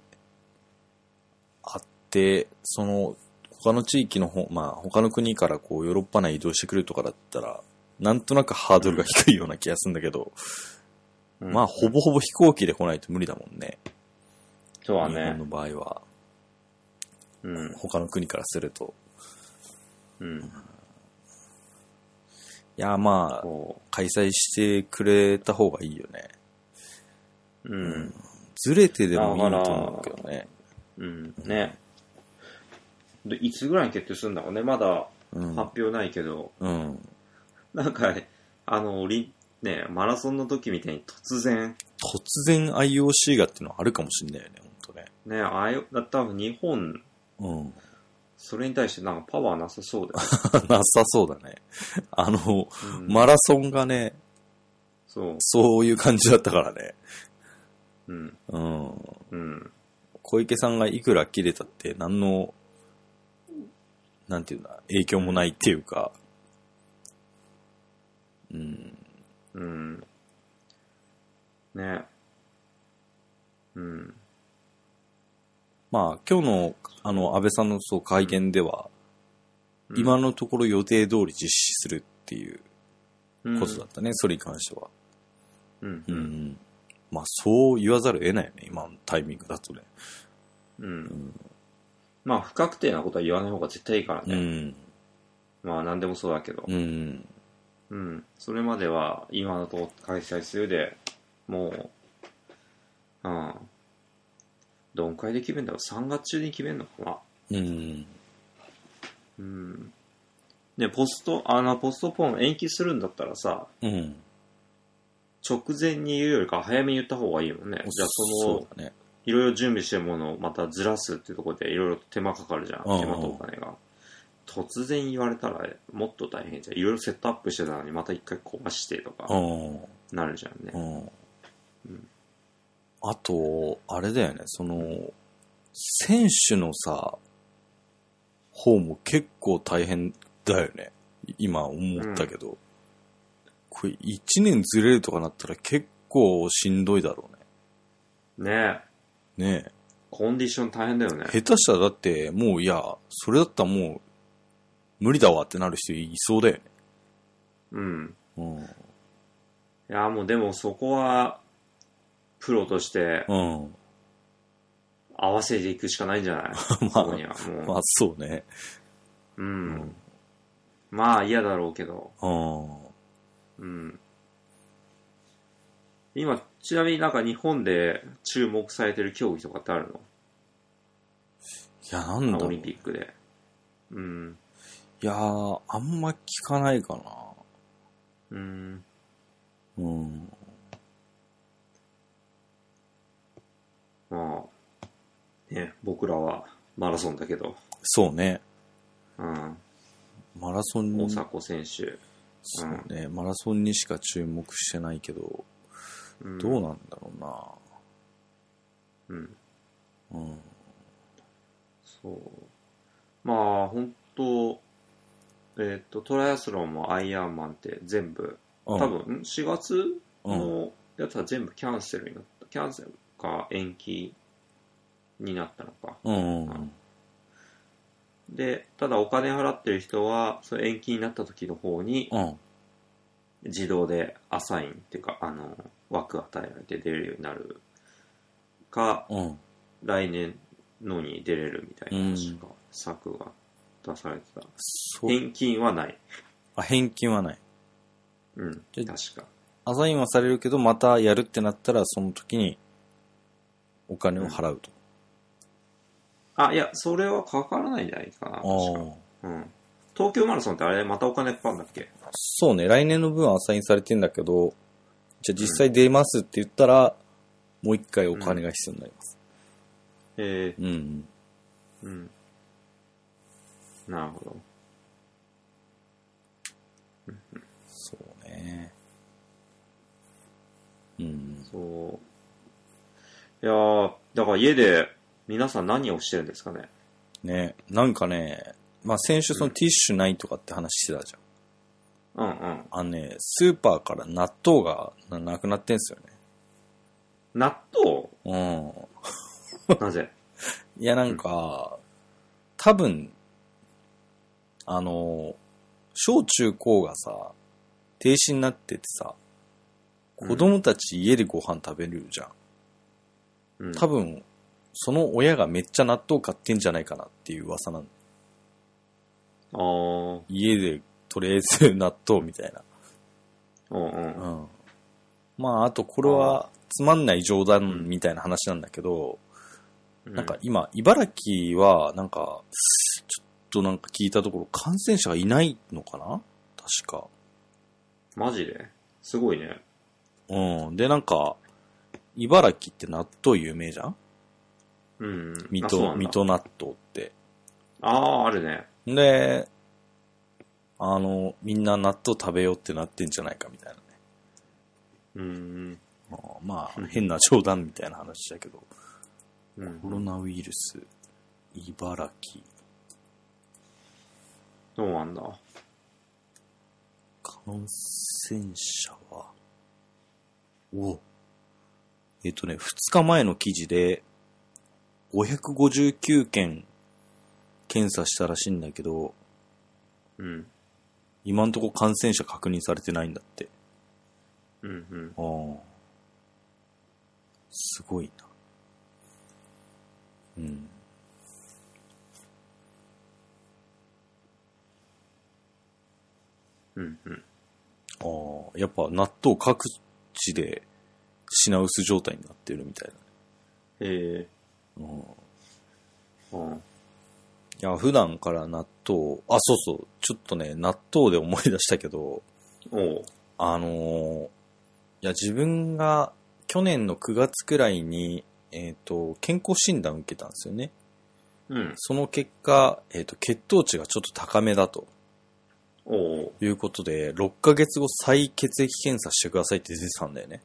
Speaker 1: あって、その、他の地域の方、まあ、他の国からこう、ヨーロッパ内移動してくるとかだったら、なんとなくハードルが低いような気がするんだけど、
Speaker 2: うん
Speaker 1: まあ、ほぼほぼ飛行機で来ないと無理だもんね。
Speaker 2: そうだ
Speaker 1: 日本
Speaker 2: ね
Speaker 1: の、場合は。
Speaker 2: うん、
Speaker 1: 他の国からすると。
Speaker 2: うん、
Speaker 1: いや、まあ、
Speaker 2: そ
Speaker 1: 開催してくれた方がいいよね。
Speaker 2: う、うん、
Speaker 1: ずれてでもいいと思うけどね。
Speaker 2: うん、ね。で、いつぐらいに決定するんだろうね、まだ
Speaker 1: うん
Speaker 2: 発。表ないけど、
Speaker 1: うん。
Speaker 2: なんか、あの、オリン、ね、マラソンの時みたいに突然、
Speaker 1: 突然 IOC がっていうのはあるかもしんないよね、ほんとね。
Speaker 2: ね、ああいう、だ多分日本、
Speaker 1: うん。
Speaker 2: それに対してなんかパワーなさそうだ [LAUGHS] よね。
Speaker 1: なさそうだね。あの、
Speaker 2: うん
Speaker 1: マラソンがね、
Speaker 2: そう。
Speaker 1: そういう感じだったからね。
Speaker 2: うん。
Speaker 1: うん。
Speaker 2: うん。
Speaker 1: 小池さんがいくら切れたって何のなんていうんだ、影響もないっていうか、うん、
Speaker 2: うん。ね。うん。
Speaker 1: まあ、今日の、あの、安倍さんのそう会見では、
Speaker 2: うん
Speaker 1: 今のところ予定通り実施するっていうことだったね、それに関しては。
Speaker 2: うん。
Speaker 1: う、
Speaker 2: うんん。
Speaker 1: まあ、そう言わざるを得ないよね、今のタイミングだとね。
Speaker 2: うん。まあ、不確定なことは言わない方が絶対いいから
Speaker 1: う
Speaker 2: ね。
Speaker 1: ん、
Speaker 2: まあ、何でもそうだけど。
Speaker 1: うん、
Speaker 2: うん。それまでは、今のとこ開催するで、もう、うん。どんくらいで決めんだろう ?3 月中に決めんのかな
Speaker 1: うん、
Speaker 2: うん。ね、ポスト、あの、ポストポン延期するんだったらさ、
Speaker 1: うん。
Speaker 2: 直前に言うよりか早めに言った方がいいもんね。じゃあその、
Speaker 1: うだね。
Speaker 2: いろいろ準備してるものをまたずらすってところでいろいろと手間かかるじゃん。
Speaker 1: うんうん
Speaker 2: 手間とお金が。突然言われたらもっと大変じゃん。いろいろセットアップしてたのにまた一回壊してとか
Speaker 1: うん。
Speaker 2: なるじゃんね。
Speaker 1: うんあと、あれだよね、その、選手のさ、方も結構大変だよね。今思ったけど。これ一年ずれるとかなったら結構しんどいだろ
Speaker 2: ねえ。
Speaker 1: うね。ね
Speaker 2: コンディション大変だよね。
Speaker 1: え下手したらだって、もういや、それだったらもう無理だわってなる人いそうだよね。
Speaker 2: うん。
Speaker 1: うん。
Speaker 2: いや、もうでもそこは、プロとして
Speaker 1: うん。
Speaker 2: 合わせていくしかないんじゃない
Speaker 1: [LAUGHS] ま
Speaker 2: そ
Speaker 1: あ
Speaker 2: こには。もう。
Speaker 1: まあそうね。
Speaker 2: う。。
Speaker 1: うん
Speaker 2: まあ嫌だろうけど。
Speaker 1: うん。
Speaker 2: うん。今、ちなみになんか日本で注目されてる競技とかってあるの
Speaker 1: いや、なんだろ
Speaker 2: オ
Speaker 1: う
Speaker 2: リン。ピックで。うん。
Speaker 1: いやー、あんま聞かないかな。
Speaker 2: うん。
Speaker 1: うん。
Speaker 2: まあ、ね、僕らはマラソンだけど、
Speaker 1: そうね。
Speaker 2: うん。
Speaker 1: マラソン
Speaker 2: 大
Speaker 1: に、そ
Speaker 2: 迫選手、
Speaker 1: うね、マラソンにしか注目してないけど、
Speaker 2: うん
Speaker 1: どうなんだろ
Speaker 2: う
Speaker 1: う
Speaker 2: ん。
Speaker 1: な。うん。
Speaker 2: そう。まあ、本当えっ、と、トライアスロンもアイアンマンって全部、
Speaker 1: 多
Speaker 2: 多分、4月
Speaker 1: うん。
Speaker 2: のやつは全部キャンセルになった。キャンセルか延期になったのか。
Speaker 1: うん。うん。
Speaker 2: で、ただお金払ってる人は、その延期になった時の方に、
Speaker 1: うん。
Speaker 2: 自動でアサインっていうか、あの、枠与えられて出れるようになるか、
Speaker 1: うん。
Speaker 2: 来年のに出れるみたいな話か、策が出されてた。
Speaker 1: そう。
Speaker 2: 返金はない。
Speaker 1: あ、返金はない。
Speaker 2: うん、
Speaker 1: じ
Speaker 2: 確
Speaker 1: ゃ
Speaker 2: か。
Speaker 1: アサインはされるけど、またやるってなったら、その時に、お金を払うと。
Speaker 2: あ、いや、それはかからないんじゃないかな、
Speaker 1: あ
Speaker 2: 確か。
Speaker 1: ー
Speaker 2: うん。東京マラソンってあれ、またお金かかるんだっけ
Speaker 1: そうね、来年の分はアサインされてんだけど、じゃあ実際出ますって言ったら、もう一回お金が必要になります。
Speaker 2: え
Speaker 1: うん。
Speaker 2: ー、うん。なるほど。
Speaker 1: そうね。うん。
Speaker 2: そう。いやー、だから家で皆さん何をしてるんですかね。
Speaker 1: ね、なんかね、まあ、先週そのティッシュないとかって話してたじゃん。
Speaker 2: うんうん。
Speaker 1: あのね、スーパーから納豆がななくなってんすよ
Speaker 2: 納豆
Speaker 1: [LAUGHS] ね。
Speaker 2: なぜ
Speaker 1: うん。いや、なんか、多分、あの、小中高がさ、停止になっててさ、子供たち家でご飯食べるじゃん。
Speaker 2: うん
Speaker 1: 多分、その親がめっちゃ納豆買ってんじゃないかなっていう噂なん
Speaker 2: あー、
Speaker 1: 家でとりあえず納豆みたいな。
Speaker 2: うんうん。
Speaker 1: うん。まあ、あとこれはつまんない冗談みたいな話なんだけど、
Speaker 2: う
Speaker 1: なんか、今、茨城はなんか、ちょっとなんか聞いたところ感染者がいないのかな確か。
Speaker 2: マジですごいね。
Speaker 1: うん。で、なんか、茨城って納豆有名じゃん
Speaker 2: うん。
Speaker 1: 水
Speaker 2: あそうな
Speaker 1: 戸、
Speaker 2: んだ
Speaker 1: 水戸納豆って。
Speaker 2: あー、あるね。
Speaker 1: で、あの、みんな納豆食べようってなってんじゃないかみたいなね。
Speaker 2: う
Speaker 1: う
Speaker 2: ん
Speaker 1: んま
Speaker 2: [LAUGHS]
Speaker 1: あ、変な冗談みたいな話だけど。
Speaker 2: うん。
Speaker 1: コロナウイルス、茨城。
Speaker 2: そうなんだ。
Speaker 1: 感染者は、おえっ、とね、2日前の記事で、559件検査したらしいんだけど、
Speaker 2: うん。
Speaker 1: 今んとこ感染者確認されてないんだって。
Speaker 2: うんうん。
Speaker 1: ああ。すごいな。うん。
Speaker 2: うんうん。
Speaker 1: ああ、やっぱ納豆各地で品薄状態になってるみたい
Speaker 2: ええ
Speaker 1: な。うん。
Speaker 2: うん。
Speaker 1: いや、普段から納豆、あ、そうそう、ちょっとね、納豆で思い出したけど、
Speaker 2: おう。
Speaker 1: あのーいや、自分が去年の9月くらいに、えっ、と、健康診断受けたんですよね。
Speaker 2: うん。
Speaker 1: その結果、えっ、と、血糖値がちょっと高めだと
Speaker 2: おう。
Speaker 1: いうことで、6ヶ月後再血液検査してくださいって出てたんだよね。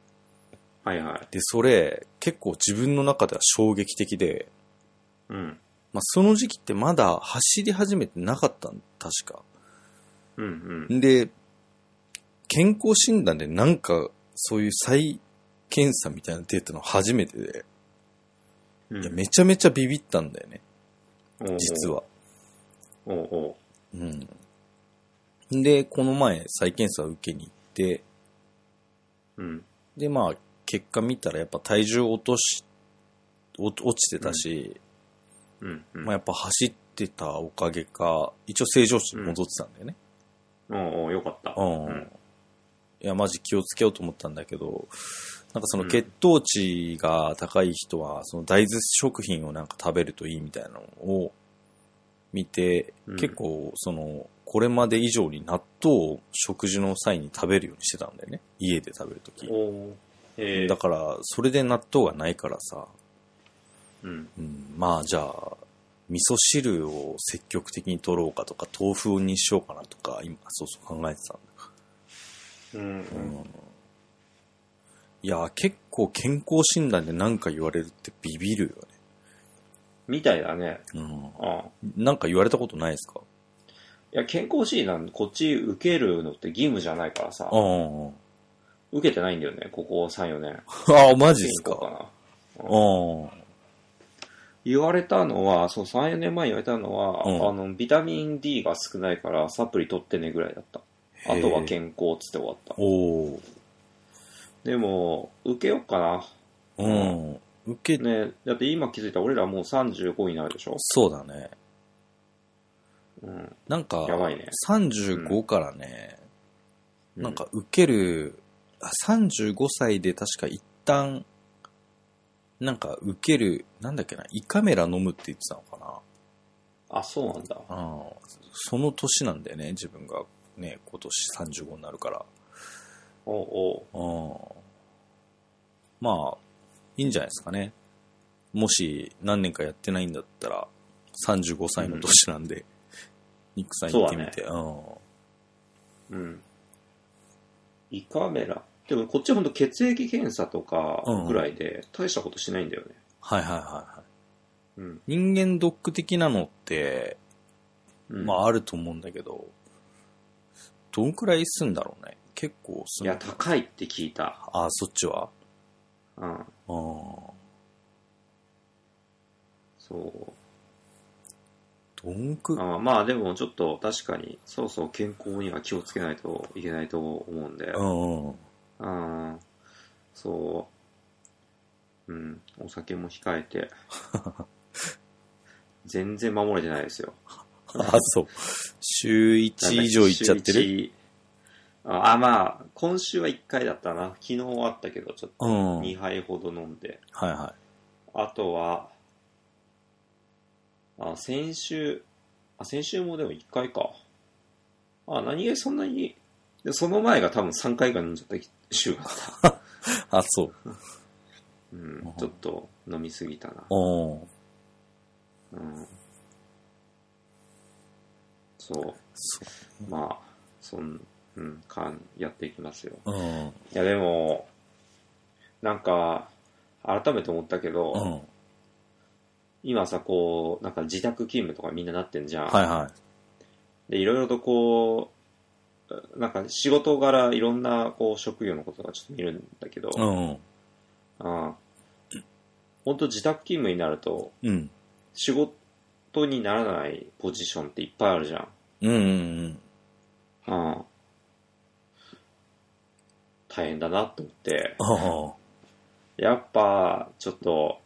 Speaker 2: はいはい。
Speaker 1: で、それ、結構自分の中では衝撃的で、
Speaker 2: うん。
Speaker 1: まあ、その時期ってまだ走り始めてなかったん、確か。
Speaker 2: うんうん。
Speaker 1: で、健康診断でなんか、そういう再検査みたいなデータの初めてで、
Speaker 2: うん
Speaker 1: いや、めちゃめちゃビビったんだよね、実
Speaker 2: は。
Speaker 1: は。
Speaker 2: おうおう。
Speaker 1: うん。で、この前、再検査を受けに行って、
Speaker 2: うん。
Speaker 1: で、まあ、結果見たらやっぱ体重落とし、お落ちてたし、
Speaker 2: うんうん。
Speaker 1: まあやっぱ走ってたおかげか、一応正常値に戻ってたんだよね。
Speaker 2: おうおう、よかった。
Speaker 1: うん。
Speaker 2: うん
Speaker 1: いや、マジ気をつけようと思ったんだけど、なんかその
Speaker 2: うん
Speaker 1: 血糖値が高い人は、その大豆食品をなんか食べるといいみたいなのを見て、
Speaker 2: うん
Speaker 1: 結構、その、これまで以上に納豆を食事の際に食べるようにしてたんだよね。家で食べるとき。
Speaker 2: おう。ええ
Speaker 1: だから、それで納豆がないからさ、
Speaker 2: うん。
Speaker 1: うん、まあじゃあ、味噌汁を積極的に取ろうかとか、豆腐にしようかなとか、今、そうそう考えてたんだ
Speaker 2: うんうん。
Speaker 1: いや、結構健康診断で何か言われるってビビる
Speaker 2: みたいだね。
Speaker 1: よね。
Speaker 2: ああ。
Speaker 1: うん。なんか言われたことないですか
Speaker 2: いや、健康診断、こっち受けるのって義務じゃないからさ
Speaker 1: あ。あ。
Speaker 2: 受けてないんだよね、ここ3、4年。
Speaker 1: ああ、マジです
Speaker 2: 健康
Speaker 1: か。
Speaker 2: か
Speaker 1: ああ。
Speaker 2: 言われたのは、そう、3、4年前に言われたのは、
Speaker 1: うん
Speaker 2: あの、ビタミン D が少ないからサプリ取ってねぐらいだった。あ
Speaker 1: へえ
Speaker 2: とは健康っつって終わった。
Speaker 1: おお。
Speaker 2: でも、受けようかな。
Speaker 1: うん。受け、
Speaker 2: ね、だって今気づいたら俺らもう35になるでしょ。
Speaker 1: そうだね。
Speaker 2: うん。
Speaker 1: なんか、
Speaker 2: やばいね。
Speaker 1: 35からね、
Speaker 2: う
Speaker 1: なん、か受ける、あ35歳で確か一旦、なんか受ける、なんだっけな、胃カメラ飲むって言ってたのかな。
Speaker 2: あ、そうなんだ。
Speaker 1: ああその年なんだよね、自分がね、今年35になるから。
Speaker 2: おうお
Speaker 1: うん
Speaker 2: う
Speaker 1: まあ、いいんじゃないですかね。もし何年かやってないんだったら、35歳の年なんで、ニックさん行ってみて。うん
Speaker 2: うん。胃カメラ。でもこっちほんと血液検査とかぐらいで大したことしないんだよね。
Speaker 1: はいはいはいはい。
Speaker 2: うん。
Speaker 1: 人間ドック的なのって、
Speaker 2: うん、
Speaker 1: まああると思うんだけど、どんくらいすんだろうね。結構す
Speaker 2: い
Speaker 1: ん
Speaker 2: や、高いって聞いた。
Speaker 1: あ、そっちは
Speaker 2: うん。
Speaker 1: うん。
Speaker 2: そう。
Speaker 1: どんく、
Speaker 2: あまあでもちょっと確かに、そろそろ健康には気をつけないといけないと思うんで
Speaker 1: う、んうん。
Speaker 2: うん、そう、うん、お酒も控え
Speaker 1: [LAUGHS]
Speaker 2: て、全然守れてないですよ。
Speaker 1: あ、そう。週1以上いっちゃってる
Speaker 2: 週一ああ、まあ、今週は1回だったな。昨日はあったけど、ちょっと
Speaker 1: うん。はい
Speaker 2: 2杯ほど飲んで、
Speaker 1: は
Speaker 2: あとは、あ、先週、あ、先週もでも1回か。あ、何気にそんなに、でその前が多分3回か飲んじゃった週があった。
Speaker 1: い。あ、そう。
Speaker 2: うん、ちょっと飲みすぎたな。
Speaker 1: うん。
Speaker 2: うん。そ、
Speaker 1: そう
Speaker 2: まあ、そん、うん、かん、やっていきますよ。
Speaker 1: う。うん。
Speaker 2: いや、でも、なんか、改めて思ったけど、
Speaker 1: うん。はい
Speaker 2: 今さ、こう、なんか自宅勤務とかみんななってんじゃん。
Speaker 1: はい。
Speaker 2: で、いろいろとこう、なんか仕事柄いろんなこう職業のことがちょっと見るんだけど、
Speaker 1: う
Speaker 2: うん
Speaker 1: ん。
Speaker 2: 本当自宅勤務になると
Speaker 1: うん。
Speaker 2: 仕事にならないポジションっていっぱいあるじゃん。
Speaker 1: うん。うん。
Speaker 2: うん大変だなと思って、
Speaker 1: あ
Speaker 2: やっぱちょっと、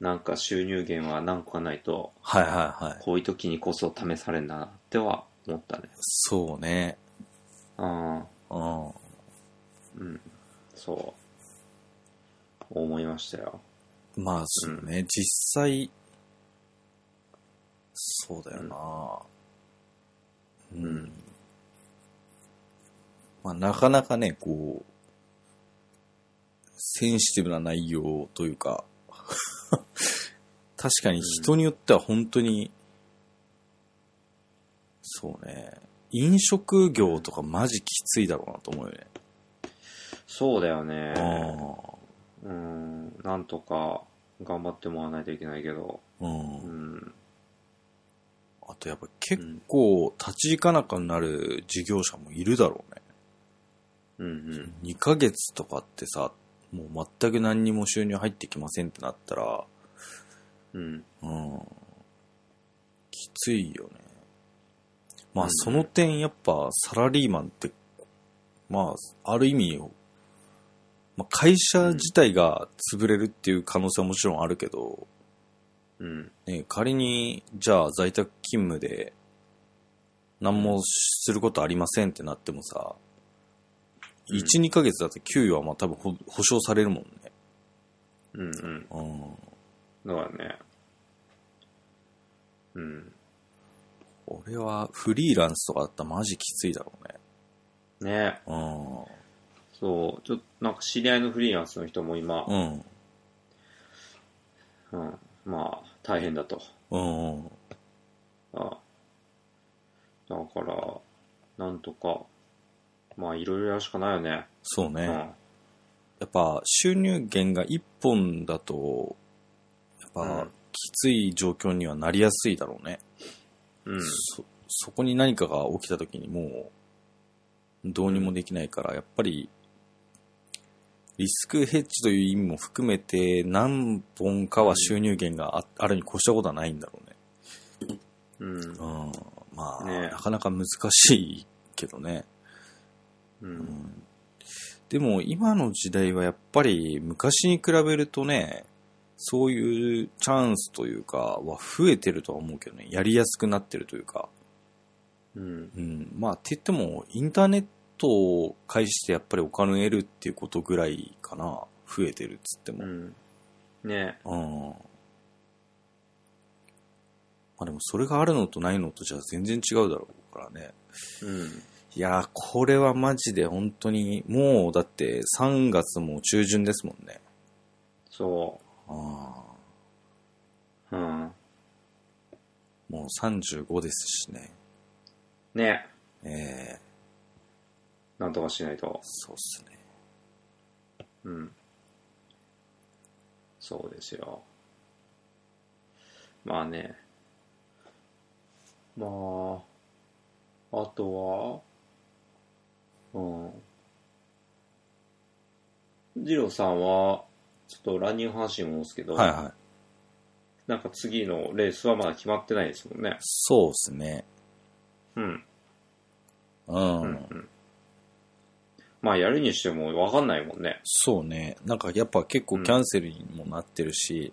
Speaker 2: なんか収入源は何個かないと、
Speaker 1: あ。はいはいはい。
Speaker 2: こういう時にこそ試されるんだなっては思ったね。
Speaker 1: そうね。
Speaker 2: うん
Speaker 1: うん。
Speaker 2: うん、そう。思いましたよ。
Speaker 1: まあ、そうね、実際、そうだよな。うん。
Speaker 2: うん
Speaker 1: まあ、なかなかね、こう、センシティブな内容というか、 [LAUGHS] 確かに人によっては本当に、そうね、飲食業とかマジきついだろうなと思うよね。
Speaker 2: そうだよね。
Speaker 1: あ
Speaker 2: うん、なんとか頑張ってもらわないといけないけど、
Speaker 1: あ
Speaker 2: う
Speaker 1: うん
Speaker 2: ん、
Speaker 1: あとやっぱ結構立ち行かなくなる事業者もいるだろうね。
Speaker 2: うん、うん、
Speaker 1: 2ヶ月とかってさ、もう全く何にも収入入ってきませんってなったら、
Speaker 2: うん、
Speaker 1: うん、きついよね。まあ
Speaker 2: うん
Speaker 1: その点やっぱサラリーマンって、まあある意味、まあ、会社自体が潰れるっていう可能性はもちろんあるけど、
Speaker 2: うん、
Speaker 1: ね、仮に、じゃあ在宅勤務で、何もすることありませんってなってもさ、
Speaker 2: うん
Speaker 1: 1、2ヶ月だって給与はまあ多分ほ保証されるもんね。
Speaker 2: うん、うん。
Speaker 1: うん。
Speaker 2: だからね。うん。
Speaker 1: 俺はフリーランスとかだったらマジきついだろうね。
Speaker 2: ね
Speaker 1: う
Speaker 2: そう、ちょっとなんか知り合いのフリーランスの人も今、
Speaker 1: ん。うん。
Speaker 2: うん、まあ、大変だと。
Speaker 1: うんうん。
Speaker 2: あだから、なんとか、まあ、いろいろやるしかないよね。
Speaker 1: そうね。
Speaker 2: うん
Speaker 1: やっぱ収入源が1本だと、やっ
Speaker 2: う
Speaker 1: ぱ
Speaker 2: ん
Speaker 1: きつい状況にはなりやすいだろうね。
Speaker 2: うん、
Speaker 1: そそこに何かが起きた時にもうどうにもできないからやっぱりリスクヘッジという意味も含めて何本かは収入源がああるに越したことはないんだろうね。
Speaker 2: うん
Speaker 1: う、ん、まあ、
Speaker 2: ね
Speaker 1: なかなか難しいけどね。
Speaker 2: う、
Speaker 1: うんん、でも今の時代はやっぱり昔に比べるとねそういうチャンスというかは増えてるとは思うけどねやりやすくなってるというか。
Speaker 2: うん、
Speaker 1: うん、まあ、って言っても、インターネットを介してやっぱりお金を得るっていうことぐらいかな、増えてるっつって
Speaker 2: う
Speaker 1: も。
Speaker 2: ん。ね
Speaker 1: うん。まあでも、それがあるのとないのとじゃ全然違うだろうからね。
Speaker 2: うん、
Speaker 1: いやー、これはマジで本当に、もうだって3月も中旬ですもんね。
Speaker 2: そ
Speaker 1: ああ、
Speaker 2: う、うん、
Speaker 1: もう35ですしね。
Speaker 2: ね
Speaker 1: ええ
Speaker 2: なんとかしないと。
Speaker 1: そうっすね。
Speaker 2: うん。そうですよ。まあね。まあ、あとは、うん。ジローさんは、ちょっと乱入話に戻すけど、
Speaker 1: はいはい。
Speaker 2: なんか次のレースはまだ決まってないですもんね。
Speaker 1: そうっすね。
Speaker 2: うん。
Speaker 1: うん。
Speaker 2: うん、うん。まあ、やるにしてもわかんないもんね。
Speaker 1: そうね。なんかやっぱ結構キャンセルにもなってるし、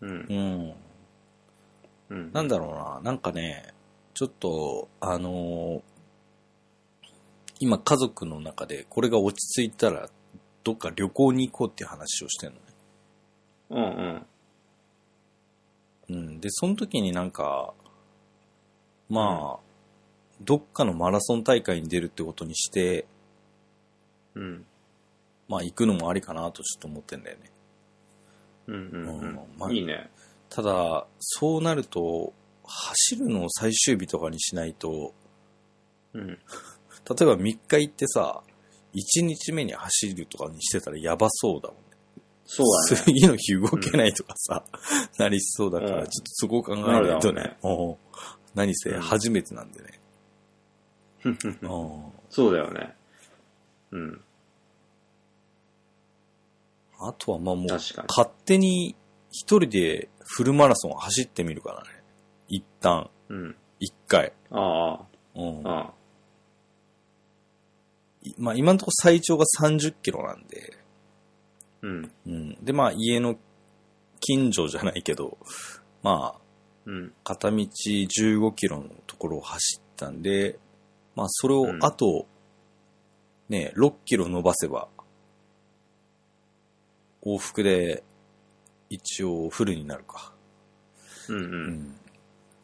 Speaker 2: うん
Speaker 1: う。ん。
Speaker 2: うん。
Speaker 1: なんだろうな、なんかね、ちょっと、あのー今家族の中でこれが落ち着いたら、どっか旅行に行こうっていう話をしてるのね。
Speaker 2: うんうん。
Speaker 1: うん。で、その時になんか、まあ、どっかのマラソン大会に出るってことにして、
Speaker 2: うん。
Speaker 1: まあ行くのもありかなとちょっと思ってんだよね。
Speaker 2: うんうんうん
Speaker 1: うんまあ
Speaker 2: いいね。
Speaker 1: ただ、そうなると、走るのを最終日とかにしないと、
Speaker 2: うん。
Speaker 1: 例えば3日行ってさ、1日目に走るとかにしてたらやばそうだもんね。
Speaker 2: そうだね。
Speaker 1: 次の日動けないとかさ、なりそうだから、
Speaker 2: うん
Speaker 1: ちょっとそこを考えないと
Speaker 2: なる
Speaker 1: ね。おう何せ
Speaker 2: うん
Speaker 1: 初めてなんでね。うん
Speaker 2: そうだよね。うん。
Speaker 1: あとはまあもう、
Speaker 2: 確かに
Speaker 1: 勝手に一人でフルマラソン走ってみるからね。一旦、
Speaker 2: うん。
Speaker 1: 一回。
Speaker 2: あ
Speaker 1: うん
Speaker 2: あ、ああ。
Speaker 1: いまあ今のところ最長が30キロなんで、
Speaker 2: うん。
Speaker 1: うん。でまあ家の近所じゃないけど、まあ
Speaker 2: うん。
Speaker 1: 片道15キロのところを走ったんで、まあそれをあと、ね、6キロ伸ばせば、往復で一応フルになるか。
Speaker 2: うん。う。
Speaker 1: うんん。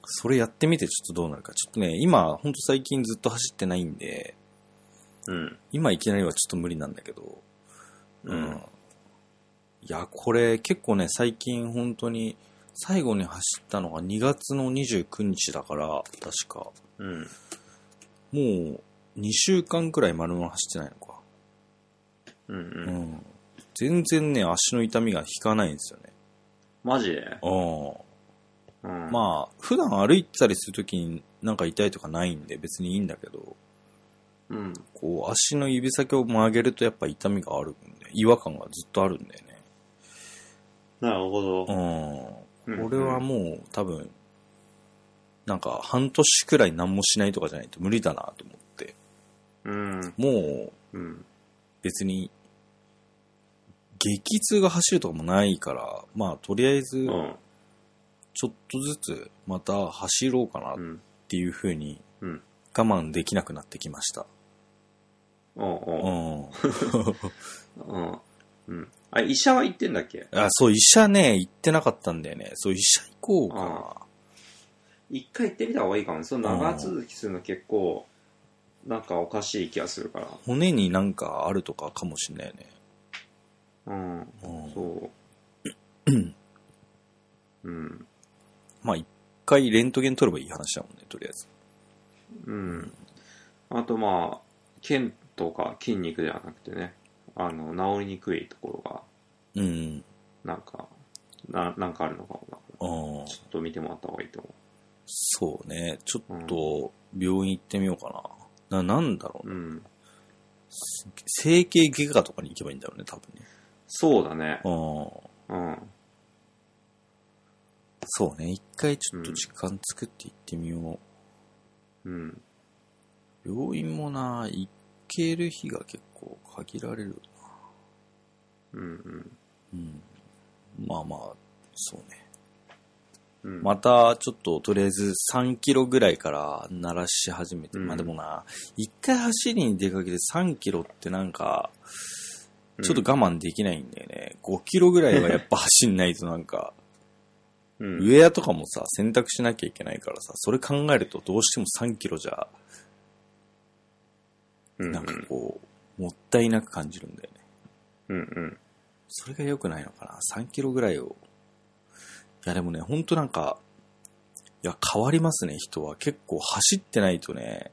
Speaker 1: それやってみてちょっとどうなるか。ちょっとね、今、ほんと最近ずっと走ってないんで、
Speaker 2: うん。
Speaker 1: 今いきなりはちょっと無理なんだけど、
Speaker 2: う
Speaker 1: い
Speaker 2: ん。
Speaker 1: や、これ結構ね、最近本当に、最後に走ったのが2月の29日だから、確か。
Speaker 2: うん。
Speaker 1: もう2週間くらい丸々走ってないのか。
Speaker 2: う。
Speaker 1: うんん。全然ね、足の痛みが引かないんですよね。
Speaker 2: マジで
Speaker 1: う
Speaker 2: うん。
Speaker 1: ん。まあ、普段歩いてたりするときになんか痛いとかないんで別にいいんだけど、
Speaker 2: うん。
Speaker 1: こう足の指先を曲げるとやっぱ痛みがあるんで、違和感がずっとあるんだよね。
Speaker 2: なるほど。
Speaker 1: うん。
Speaker 2: うん
Speaker 1: これはもう多分、なんか半年くらい何もしないとかじゃないと無理だなと思って、
Speaker 2: うん。
Speaker 1: もう
Speaker 2: うん。
Speaker 1: 別に、激痛が走るとかもないから、まあとりあえず
Speaker 2: う、ん。
Speaker 1: ちょっとずつまた走ろうかなっ
Speaker 2: うん。
Speaker 1: ていう風に、
Speaker 2: うん
Speaker 1: 我慢できなくなってきました。
Speaker 2: うん。
Speaker 1: う
Speaker 2: うん
Speaker 1: ん。
Speaker 2: うん。うん。あれ、医者は行ってんだっけ
Speaker 1: あ、そう、医者ね、行ってなかったんだよね。そう、医者行こうかな。
Speaker 2: 一回行ってみた方がいいかも。その長続きするの結構、なんかおかしい気がするから。
Speaker 1: 骨になんかあるとかかもしんないよね。
Speaker 2: うん。
Speaker 1: うん
Speaker 2: [LAUGHS] そう。うん。
Speaker 1: まあ、一回レントゲン取ればいい話だもんね、とりあえず。
Speaker 2: うん。あとまあ、腱とか筋肉ではなくてね、あの、治りにくいところが、
Speaker 1: うん。
Speaker 2: なんか、ななんかあるのかもな。
Speaker 1: うん。
Speaker 2: ちょっと見てもらった方がいいと思
Speaker 1: そうね。ちょっと、病院行ってみようかな。な、なんだろう
Speaker 2: う。うん。
Speaker 1: 整形外科とかに行けばいいんだろうね、多分ね。
Speaker 2: そうだね。
Speaker 1: うん。
Speaker 2: うん。
Speaker 1: そうね。一回ちょっと時間作って行ってみよう。
Speaker 2: うん。
Speaker 1: 病院もな、行ける日が結構限られるな。
Speaker 2: うん。
Speaker 1: うん。まあまあ、そうね。
Speaker 2: うん。
Speaker 1: また、ちょっと、とりあえず3キロぐらいから鳴らし始めて、
Speaker 2: うん
Speaker 1: まあでもな、一回走りに出かけて3キロってなんか、ちょっと我慢できないんだよね。5キロぐらいはやっぱ走んないとなんか、
Speaker 2: うん、
Speaker 1: ウェアとかもさ、選択しなきゃいけないからさ、それ考えるとどうしても3キロじゃ、
Speaker 2: うん、
Speaker 1: なんかこう、もったいなく感じるんだよね。
Speaker 2: うんうん。
Speaker 1: それが良くないのかな。3キロぐらいを。いやでもね、ほんとなんか、いや変わりますね、人は。結構走ってないとね、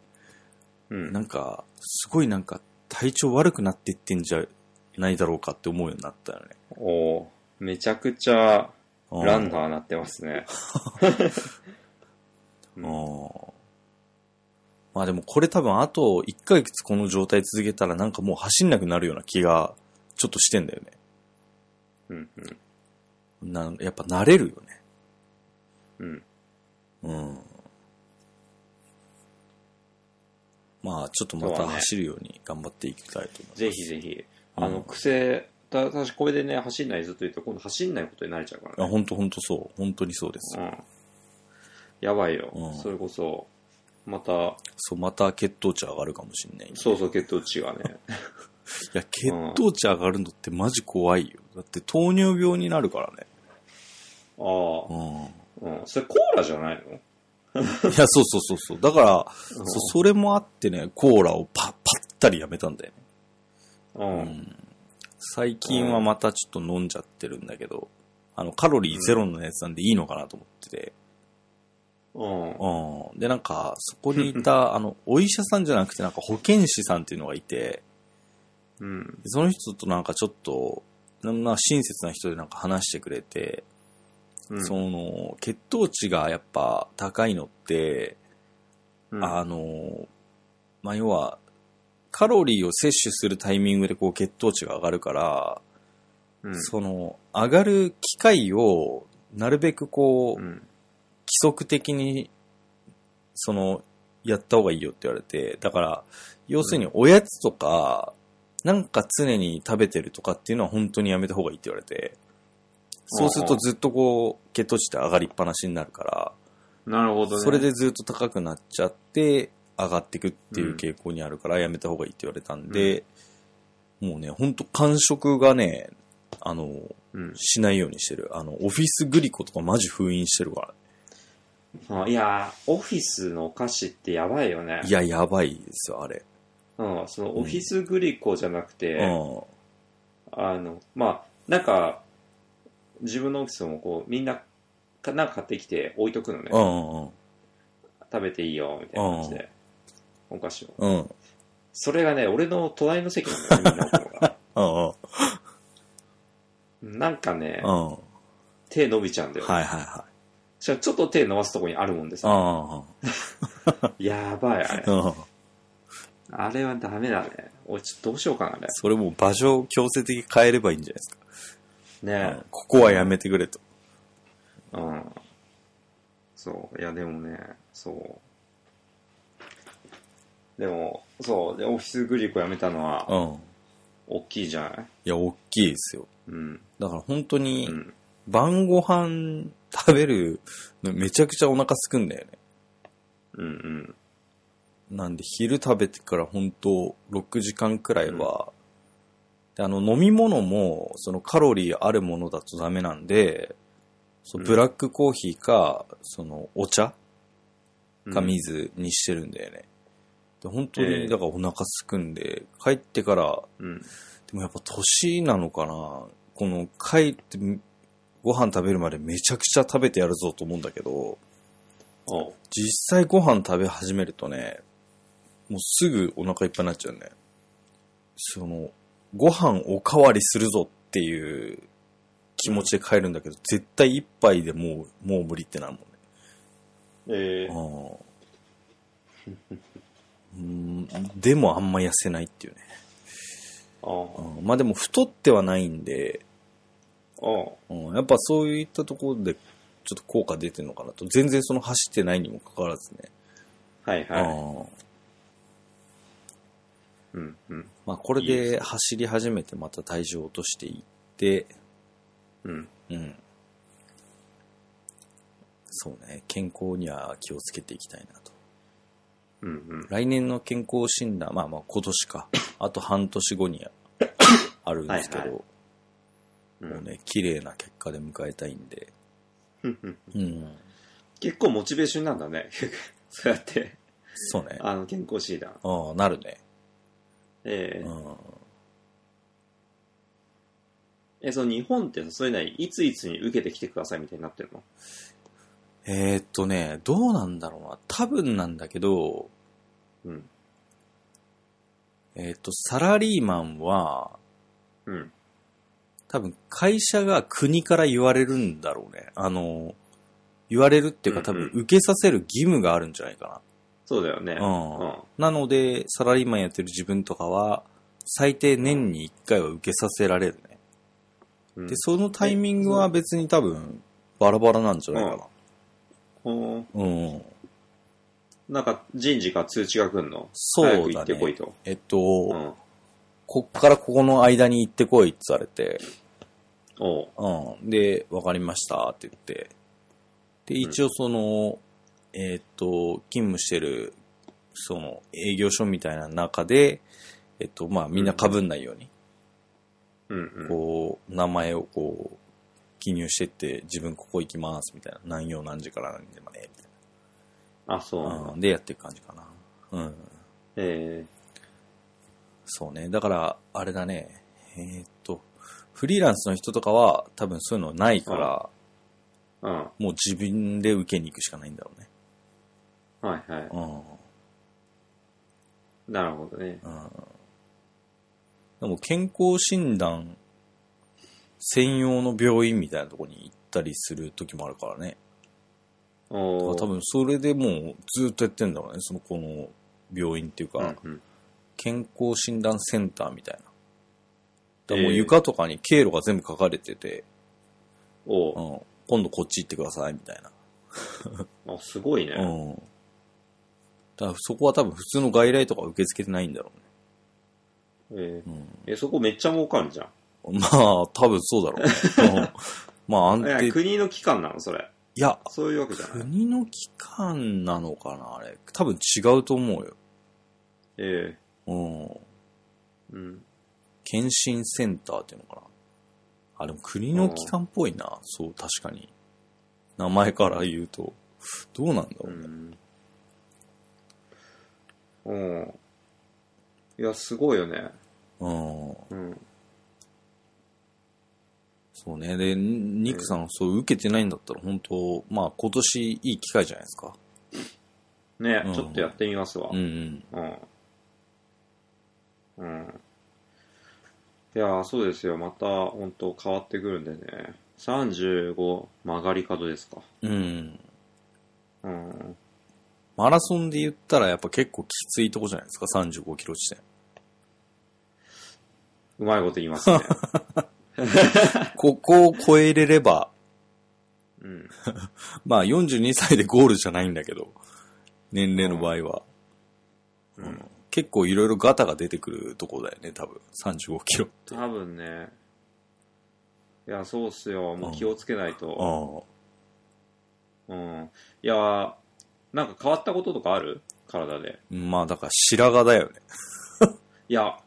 Speaker 2: うん。
Speaker 1: なんか、すごいなんか体調悪くなっていってんじゃないだろうかって思うようになったよね。
Speaker 2: おーめちゃくちゃ
Speaker 1: うん
Speaker 2: ランナーなってますね。
Speaker 1: う
Speaker 2: うんん
Speaker 1: まあでもこれ多分あと1ヶ月この状態続けたらなんかもう走んなくなるような気がちょっとしてんだよね。
Speaker 2: うんうん
Speaker 1: なやっぱ慣れるよね。
Speaker 2: うん
Speaker 1: うん。まあちょっとま
Speaker 2: そう
Speaker 1: た
Speaker 2: ね
Speaker 1: 走るように頑張っていきたいと思います。
Speaker 2: ぜひぜひ。
Speaker 1: うん
Speaker 2: あの、癖、た、私これでね、走んないずっと言うと、今度走んないことになれちゃうから
Speaker 1: あ、
Speaker 2: ね。
Speaker 1: ほんとほんとそう。本当にそうです。
Speaker 2: うん。やばいよ。
Speaker 1: うん
Speaker 2: それこそ、また、
Speaker 1: そう、また血糖値上がるかもしんない。い
Speaker 2: そうそう血糖値
Speaker 1: [LAUGHS]
Speaker 2: がね。
Speaker 1: や、血糖値上がるのってマジ怖いよ。だって糖尿病になるからね。う
Speaker 2: ああ。
Speaker 1: ん。
Speaker 2: うん。それコーラじゃないの
Speaker 1: いや、そうそうそうそう。だから、
Speaker 2: う
Speaker 1: そ
Speaker 2: ん
Speaker 1: それもあってね、コーラをパパったりやめたんだよね。
Speaker 2: うん。
Speaker 1: 最近はまたちょっと飲んじゃってるんだけど、あの、カロリーゼロのやつなんでいいのかなと思ってて。
Speaker 2: うん。
Speaker 1: うん。で、なんか、そこにい
Speaker 2: [LAUGHS]
Speaker 1: た、あの、お医者さんじゃなくて、なんか保健師さんっていうのがいて、
Speaker 2: うん。
Speaker 1: その人となんかちょっと、なまあ親切な人でなんか話してくれて、
Speaker 2: うん
Speaker 1: その、血糖値がやっぱ高いのって、
Speaker 2: うん
Speaker 1: あの、まあ、要は、カロリーを摂取するタイミングでこう血糖値が上がるから、
Speaker 2: うん
Speaker 1: その、上がる機会を、なるべくこう、
Speaker 2: う
Speaker 1: 規
Speaker 2: ん
Speaker 1: 則的に、その、やった方がいいよって言われて、だから、要するにおやつとか、なんか常に食べてるとかっていうのは本当にやめた方がいいって言われて、そうするとずっとこう、血糖値って上がりっぱなしになるから、
Speaker 2: なるほどね。
Speaker 1: それでずっと高くなっちゃって、上がってくっていう傾向にあるから、やめた方がいいって言われたんで、もうね、ほんと感触がね、あの、
Speaker 2: うん、
Speaker 1: しないようにしてる。あの、オフィスグリコとかマジ封印してるから。
Speaker 2: あいやー、オフィスのお菓子ってやばいよね。
Speaker 1: いや、やばいですよ、あれ。
Speaker 2: うん、そのオフィスグリコじゃなくて、
Speaker 1: うん。
Speaker 2: あの、まあ、なんか、自分のオフィスもこう、みんな、かなんか買ってきて置いとくのね。
Speaker 1: うんうん
Speaker 2: 食べていいよ、みたいな感じで。お菓子を。
Speaker 1: うん。うん。
Speaker 2: それがね、俺の隣の席なんだよね、みんな置く
Speaker 1: [LAUGHS]
Speaker 2: のが。
Speaker 1: うんうん。
Speaker 2: なんかね
Speaker 1: う、ん。はい
Speaker 2: 手伸びちゃうんだよ。
Speaker 1: はいは
Speaker 2: しかもちょっと手伸ばすとこにあるもんで
Speaker 1: い。う
Speaker 2: さ。
Speaker 1: んうん
Speaker 2: やばい、あれ。
Speaker 1: うんうん。
Speaker 2: あれはダメだね。俺、ちょっとどうしようかな、あれ。
Speaker 1: それもう場所を強制的に変えればいいんじゃないですか。
Speaker 2: ね
Speaker 1: うんここはやめてくれと。
Speaker 2: うん。そう。いや、でもね、そう。でも、そう。で、オフィスグリコやめたのは、
Speaker 1: うん。
Speaker 2: 大きいじゃない
Speaker 1: いや、大きいですよ。
Speaker 2: うん。
Speaker 1: だから本当に、
Speaker 2: うん。
Speaker 1: 晩ご飯食べるのめちゃくちゃお腹すくんだよね。
Speaker 2: うんうん。
Speaker 1: なんで昼食べてから本当6時間くらいは、であの飲み物もそのカロリーあるものだとダメなんで、そう
Speaker 2: うん
Speaker 1: ブラックコーヒーか、そのお茶
Speaker 2: うん
Speaker 1: か水にしてるんだよね。で本当
Speaker 2: ええ
Speaker 1: にだからお腹すくんで、帰ってから
Speaker 2: うん。
Speaker 1: でもやっぱ年なのかなこの帰ってご飯食べるまでめちゃくちゃ食べてやるぞと思うんだけど、
Speaker 2: おう
Speaker 1: 実際ご飯食べ始めるとね、もうすぐお腹いっぱいになっちゃうね。その、ご飯おかわりするぞっていう気持ちで帰るんだけど、絶対一杯でもう、もう無理ってなるもんね。
Speaker 2: えー
Speaker 1: うん、うんでもあんま痩せないっていうね。
Speaker 2: おう
Speaker 1: うんまあでも太ってはないんで、
Speaker 2: おう
Speaker 1: うん、やっぱそういったところでちょっと効果出てるのかなと。全然その走ってないにもかかわらずね。
Speaker 2: はいはい。
Speaker 1: うん
Speaker 2: うんうん。
Speaker 1: まあこれで走り始めてまた体重を落としていって、
Speaker 2: うん。
Speaker 1: うん。そうね、健康には気をつけていきたいなと。
Speaker 2: うんうん。
Speaker 1: 来年の健康診断、まあまあ今年
Speaker 2: [COUGHS]
Speaker 1: か、あと半年後にあるんですけど、
Speaker 2: はいはう
Speaker 1: もうんね、綺麗な結果で迎えたいんで、
Speaker 2: うん
Speaker 1: うん。
Speaker 2: 結構モチベーションなんだね。 [LAUGHS] そうやって、
Speaker 1: そうね。
Speaker 2: あの、健康診断。
Speaker 1: ああ、なるね。
Speaker 2: ええ
Speaker 1: うん。
Speaker 2: え、その日本ってさそういうのいついつに受けてきてくださいみたいになってるの
Speaker 1: えー、っとね、どうなんだろうな。多分なんだけど、
Speaker 2: うん。
Speaker 1: えーっと、サラリーマンは、
Speaker 2: うん。
Speaker 1: 多分会社が国から言われるんだろうね。あの、言われるっていうか多
Speaker 2: うんう
Speaker 1: 分
Speaker 2: ん
Speaker 1: 受けさせる義務があるんじゃないか
Speaker 2: そうだよね。
Speaker 1: な。うん。なので、サラリーマンやってる自分とかは、最低年に1回は受けさせられるね。
Speaker 2: うん。
Speaker 1: で、そのタイミングは別に多分バラバラなんじゃないかな。
Speaker 2: ほー
Speaker 1: うん。
Speaker 2: なんか人事から通知が来るの早
Speaker 1: そう
Speaker 2: く行
Speaker 1: だ
Speaker 2: ってこい
Speaker 1: ね。
Speaker 2: と。
Speaker 1: えっ
Speaker 2: う
Speaker 1: と、
Speaker 2: ん。
Speaker 1: こっからここの間に行ってこいって言われて、
Speaker 2: おう。
Speaker 1: うん。で、わかりましたって言って。で、一応その、えーっと、勤務してる、その、営業所みたいな中で、えっと、まあ、みんな被んないように、
Speaker 2: うんうん。
Speaker 1: こう、名前をこう、記入してって、自分ここ行きます、みたいな。何曜何時から何時まで、み
Speaker 2: あ、そう
Speaker 1: た
Speaker 2: ないんだ
Speaker 1: な。うん。で、やっていく感じかな。うん。
Speaker 2: え
Speaker 1: そうね。だから、あれだね。えーっと、フリーランスの人とかは、多分そういうのないから、
Speaker 2: えうん。は
Speaker 1: もう自分で受けに行くしかないんだろうね。
Speaker 2: いは
Speaker 1: うん。
Speaker 2: い。なるほどね。
Speaker 1: うんでも健康診断専用の病院みたいなとこに行っったりする時もあるからね。だから
Speaker 2: 多
Speaker 1: 多分それでもうずっとやってんだろうね。そのこの病院っていうか、
Speaker 2: うん
Speaker 1: 健康診断センターみたいな。だからもう
Speaker 2: ええ
Speaker 1: 床とかに経路が全部書かれてて、う、
Speaker 2: おうん
Speaker 1: 今度こっち行ってくださいみたいな。
Speaker 2: あ、すごいね。
Speaker 1: うん。だからそこは多分普通の外来とか受け付けてないんだろうね。
Speaker 2: えーえそこめっちゃ儲かるじゃん。
Speaker 1: [LAUGHS] うん、まあ、多分そうだろうね。うんまあ安定。
Speaker 2: え国の機関なのそれ。
Speaker 1: いや、
Speaker 2: そういうわけじゃない。
Speaker 1: 国の機関なのかな、あれ。多分違うと思うよ。
Speaker 2: え
Speaker 1: うん。
Speaker 2: えうん。
Speaker 1: 検診センターっていうのかな。あ、でも国の機関っぽいな。そう、確かに。名前から言うと。どうなんだろ
Speaker 2: う
Speaker 1: うね。
Speaker 2: ん。うん。いや、すごいよね。
Speaker 1: うん。
Speaker 2: うん。
Speaker 1: そうね。で、ニックさん、そう、受けてないんだったら、本当まあ、今年いい機会じゃないですか。
Speaker 2: ね、
Speaker 1: うん
Speaker 2: ちょっとやってみますわ
Speaker 1: うん。うん。
Speaker 2: うん。うん。いやー、そうですよ。また、本当変わってくるんでね。35曲がり角ですか。
Speaker 1: うん。
Speaker 2: うん。
Speaker 1: マラソンで言ったら、やっぱ結構きついとこじゃないですか、35キロ地点。
Speaker 2: うまいこと言いますね。
Speaker 1: ここを超えれれば、
Speaker 2: うん。
Speaker 1: まあ42歳でゴールじゃないんだけど、年齢の場合は。
Speaker 2: うん
Speaker 1: うん結構いろいろガタが出てくるとこだよね、多分。35キロって。
Speaker 2: 多分ね。いや、そうっすよ。
Speaker 1: う
Speaker 2: もうん気をつけないと。
Speaker 1: あ
Speaker 2: うん。いやー、なんか変わったこととかある体で。
Speaker 1: あ。まあだから白髪だよね。
Speaker 2: いや、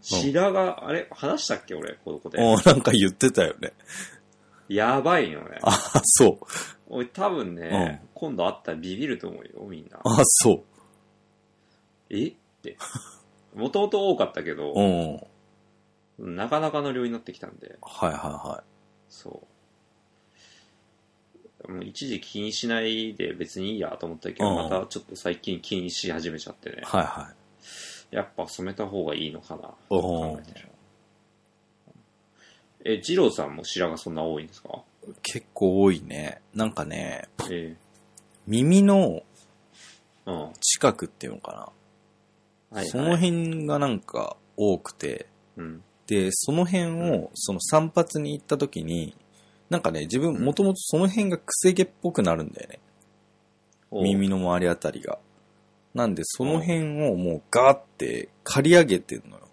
Speaker 2: 白髪、あれ話したっけ俺、ここで。
Speaker 1: うんなんか言ってたよね。 [LAUGHS]
Speaker 2: やばいよね。
Speaker 1: あそう。
Speaker 2: 俺多分ね、今度会ったらビビると思うよ、みんな。
Speaker 1: あそ
Speaker 2: えって。もともと多かったけ
Speaker 1: う。う
Speaker 2: ど、
Speaker 1: ん。はい
Speaker 2: なかなかの量になってきたんで、
Speaker 1: はいは
Speaker 2: そう。もう一時気にしないで別にいいやと思ったけど、
Speaker 1: うん
Speaker 2: またちょっと最近気にし始めちゃってね
Speaker 1: い。。はいはい。
Speaker 2: やっぱ染めた方がいいのかな。
Speaker 1: うん
Speaker 2: 考えてるえ、二郎さんも白髪そんな多いん
Speaker 1: [LAUGHS]
Speaker 2: ですか
Speaker 1: 結構多いね。なんかね、
Speaker 2: え
Speaker 1: 耳の
Speaker 2: えうん。はい
Speaker 1: 近くっていうのかな。
Speaker 2: はい
Speaker 1: その辺がなんか多くて、
Speaker 2: うん。
Speaker 1: で、その辺を、その散髪に行った時に、なんかね、自分
Speaker 2: うん
Speaker 1: もともとその辺がくせ毛っぽくなるんだよね。
Speaker 2: お
Speaker 1: 耳の周りあたりが。なんで、その辺をもうガーって刈り上げてんのよ。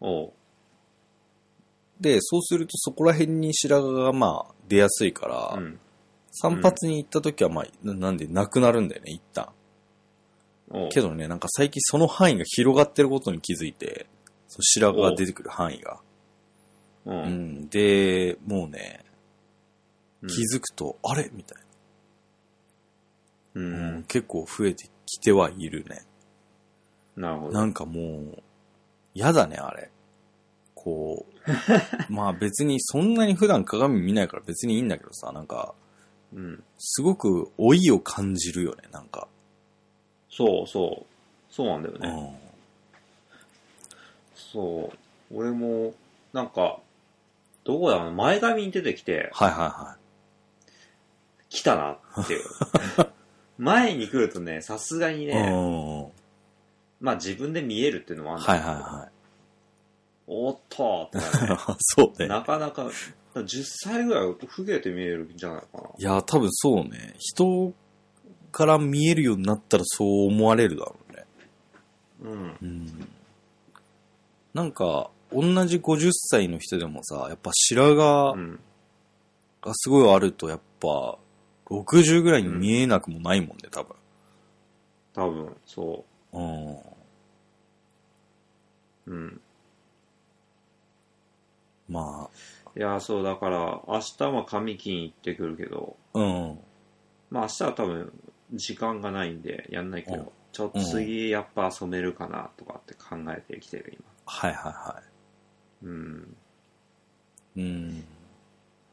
Speaker 2: おう
Speaker 1: で、そうするとそこら辺に白髪がまあ出やすいから、
Speaker 2: うん。
Speaker 1: 散髪に行った時はまあ、ななんでなくなるんだよね、一旦。
Speaker 2: おう
Speaker 1: けどね、なんか最近その範囲が広がってることに気づいて、その白髪が出てくる範囲が。
Speaker 2: う。
Speaker 1: うんん。で、もうね、
Speaker 2: うん
Speaker 1: 気づくと、あれみたいな。
Speaker 2: う
Speaker 1: うん
Speaker 2: ん。
Speaker 1: 結構増えてきてはいるね。
Speaker 2: なるほど
Speaker 1: な。んかもう、やだね、あれ。こ
Speaker 2: [LAUGHS]
Speaker 1: う、まあ別にそんなに普段鏡見ないから別にいいんだけどさ、なんか、
Speaker 2: うん。
Speaker 1: すごく老いを感じるよね、なんか。
Speaker 2: そうそう。そうなんだよね。
Speaker 1: うん
Speaker 2: そう。俺も、なんか、どこだろうな前髪に出てきて、
Speaker 1: はいは
Speaker 2: 来たな
Speaker 1: [LAUGHS]
Speaker 2: っていう。前に来るとね、さすがに
Speaker 1: いはい。う
Speaker 2: ね、
Speaker 1: ん
Speaker 2: まあ自分で見えるっていうのもあるんだ
Speaker 1: はい
Speaker 2: け
Speaker 1: はい
Speaker 2: ど、
Speaker 1: は
Speaker 2: おっとーってな
Speaker 1: [LAUGHS]
Speaker 2: るね
Speaker 1: い。そうね。
Speaker 2: なかなか、10歳ぐらいは増えて見えるんじゃないかな。
Speaker 1: いや、多分そうね。人から見えるようになったらそう思われるだろうね。
Speaker 2: うん。
Speaker 1: うん。なんか、同じ50歳の人でもさ、やっぱ白
Speaker 2: う
Speaker 1: 髪
Speaker 2: ん。
Speaker 1: がすごいあると、やっぱ、60ぐらいに見えなくもないもんね、多分。
Speaker 2: 多分、そ
Speaker 1: うん。
Speaker 2: う。うん。
Speaker 1: ま
Speaker 2: いや、そう、だから、明日は髪切りに行ってくるけど、
Speaker 1: あ、うん。
Speaker 2: まあ明日は多分時間がないんでやんないけ
Speaker 1: うん
Speaker 2: ど、ちょっと次やっぱ染めるかなとかって考えてきてる
Speaker 1: はいはいは
Speaker 2: 今。うん。
Speaker 1: い。うん。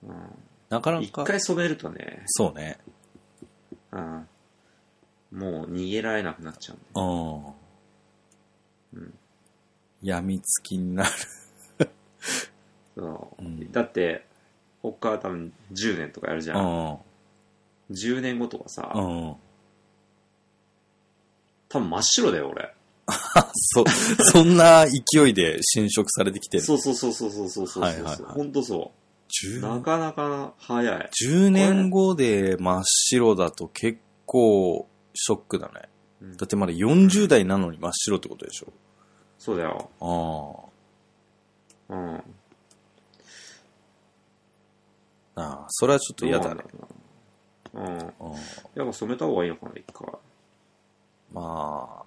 Speaker 2: うん
Speaker 1: なかな
Speaker 2: 一
Speaker 1: か、
Speaker 2: 回染めるとね、
Speaker 1: そうね。
Speaker 2: うん、もう逃げられなくなっちゃうんで。
Speaker 1: う
Speaker 2: うん
Speaker 1: ん。やみつきになる。
Speaker 2: そう
Speaker 1: うん
Speaker 2: だって、こっから多分10年とかやるじ
Speaker 1: う
Speaker 2: ゃん。
Speaker 1: ん。
Speaker 2: 10年後とかさ、
Speaker 1: うん。
Speaker 2: 多分真っ白だよ、俺。
Speaker 1: そ、 [LAUGHS] そんな勢いで侵食されてきてる。
Speaker 2: そうそうそうそうそうそうそうそう。
Speaker 1: はいはいはい
Speaker 2: ほんとそ
Speaker 1: 10
Speaker 2: う。なかなか早い。
Speaker 1: 10年後で真っ白だと結構ショックだね。
Speaker 2: うん
Speaker 1: だってまだ40代なのに真っ白ってことでしょ。
Speaker 2: そうだよ。
Speaker 1: あ
Speaker 2: うん。
Speaker 1: あ。ああ、それはちょっと嫌だね。
Speaker 2: どうなんだろうな。うん。
Speaker 1: うん、
Speaker 2: やっぱ染めた方がいいのかな、一回。
Speaker 1: ま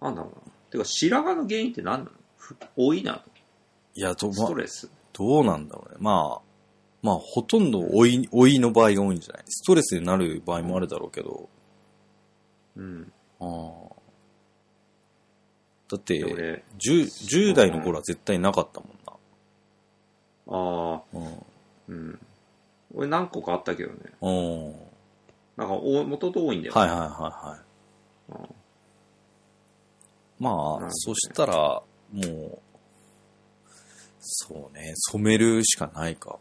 Speaker 1: あ、
Speaker 2: なんだろうな。てか、白髪の原因って何なのふ多いな。
Speaker 1: いや、どう、
Speaker 2: スト
Speaker 1: ま、
Speaker 2: レス。
Speaker 1: どうなんだろうね。まあ、まあ、ほとんど老い、老いの場合が多いんじゃないストレスになる場合もあるだろうけど。
Speaker 2: うん。
Speaker 1: ああ。だっ
Speaker 2: で
Speaker 1: て、
Speaker 2: 俺、
Speaker 1: 10、10代の頃は絶対なかったも
Speaker 2: ああ、
Speaker 1: んな。
Speaker 2: うん。俺何個かあったけどね。
Speaker 1: うん。うん。
Speaker 2: なんかお、元々多いんだよ。
Speaker 1: はいはいはいはい。ま
Speaker 2: な
Speaker 1: あ、
Speaker 2: るほどね
Speaker 1: そしたら、もう、そうね、染めるしかないか。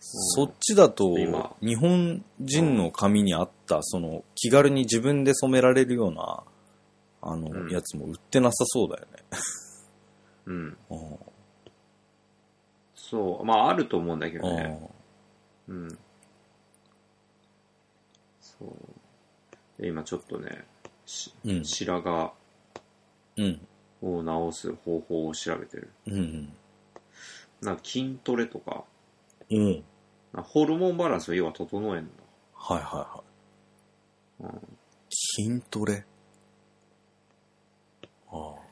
Speaker 1: そっちだと
Speaker 2: 今、
Speaker 1: 日本人の髪に合った、その、気軽に自分で染められるような、あの、
Speaker 2: うん
Speaker 1: やつも売ってなさそうだよね。
Speaker 2: うん。
Speaker 1: うん
Speaker 2: そう。まあ、あると思うんだけどね。うん。そう。で今ちょっとね、し
Speaker 1: うん。
Speaker 2: 白髪
Speaker 1: うん。
Speaker 2: を直す方法を調べてる。
Speaker 1: うん。
Speaker 2: なんか筋トレとか、
Speaker 1: うん。
Speaker 2: なんかホルモンバランスを要は整えるんだ。
Speaker 1: はいはいは
Speaker 2: う
Speaker 1: い。筋トレああ。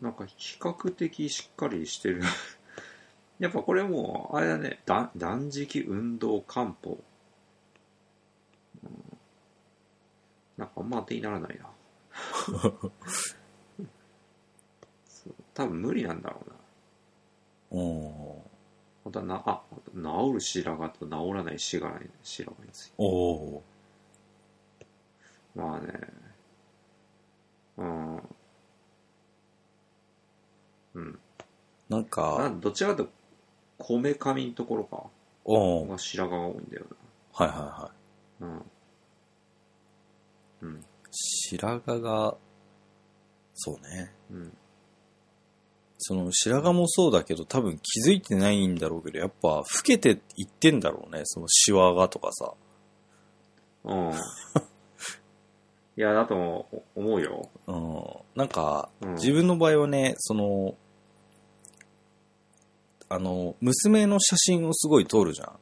Speaker 2: なんか比較的しっかりしてる。 [LAUGHS] やっぱこれもう、あれだね、だ断食運動漢方。うん、なんかあんま当てにならないな。そう多分無理なんだろうな。
Speaker 1: お
Speaker 2: またな、あ、治る白髪と治らない白髪に白髪について。
Speaker 1: おお
Speaker 2: まあね。うん。うん。
Speaker 1: なん
Speaker 2: な
Speaker 1: か、
Speaker 2: んどちらかというと、こめかみのところか。
Speaker 1: おお
Speaker 2: が白髪が多いんだよ
Speaker 1: はいはいは
Speaker 2: な。うん。うん。
Speaker 1: い。白髪が、そうね。
Speaker 2: うん。
Speaker 1: その白髪もそうだけど多分気づいてないんだろうけど、やっぱ老けていってんだろうね。そのシワがとかさ。
Speaker 2: うん。いや、だとも思うよ。
Speaker 1: うん。なんか、
Speaker 2: うん
Speaker 1: 自分の場合はね、その、あの、娘の写真をすごい撮るじゃん。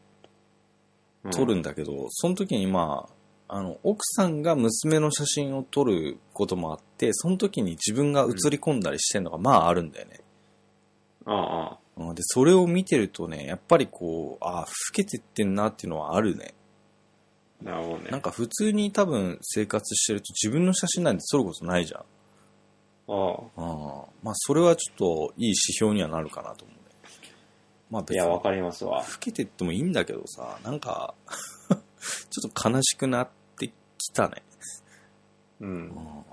Speaker 2: うん
Speaker 1: 撮るんだけど、その時にまあ、あの、奥さんが娘の写真を撮ることもあって、その時に自分が写り込んだりしてるのがまああるんだよね。
Speaker 2: ああ、あ
Speaker 1: うん、で、それを見てるとね、やっぱりこう、ああ、老けてってんなっていうのはあるね。
Speaker 2: あ。なるほどね。
Speaker 1: なんか普通に多分生活してると自分の写真なんて撮ることないじゃん。
Speaker 2: ああ。
Speaker 1: あまあそれはちょっといい指標にはなるかなと思うね。まあ
Speaker 2: い
Speaker 1: 別に
Speaker 2: や、わ
Speaker 1: 老
Speaker 2: かりますわ。
Speaker 1: けてってもいいんだけどさ、なんか、 [LAUGHS] ちょっと悲しくなってきたね。
Speaker 2: う。
Speaker 1: うんん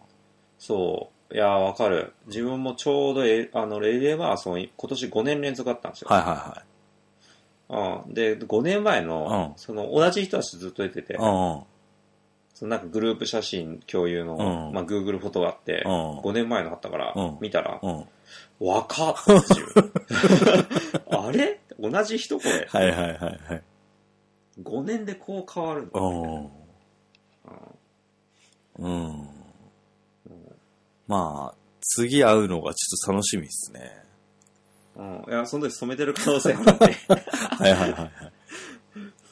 Speaker 2: そう。いや、わかる。自分もちょうどえ、あの、レレーマラソン、今年5年連続あったんですよ。
Speaker 1: はいは
Speaker 2: うん。で、5年前
Speaker 1: う
Speaker 2: の
Speaker 1: ん、
Speaker 2: その、同じ人たちずっと出てて
Speaker 1: い、は
Speaker 2: そのなんかグループ写真共有の、
Speaker 1: うん
Speaker 2: まあ、Google フォトがあって、
Speaker 1: い。うん。うん。
Speaker 2: 5年前のあったから
Speaker 1: うん、
Speaker 2: 見たら、
Speaker 1: うん。
Speaker 2: 若っって
Speaker 1: [LAUGHS]
Speaker 2: いう。あれ同じ人これ。
Speaker 1: はいはいはいはい。
Speaker 2: 5年でこう変わる
Speaker 1: う
Speaker 2: の。
Speaker 1: ん。うん。まあ、次会うのがちょっと楽しみですね。
Speaker 2: うん。いや、その時染めてる可能性があ
Speaker 1: [LAUGHS]
Speaker 2: って。
Speaker 1: はいはいはい。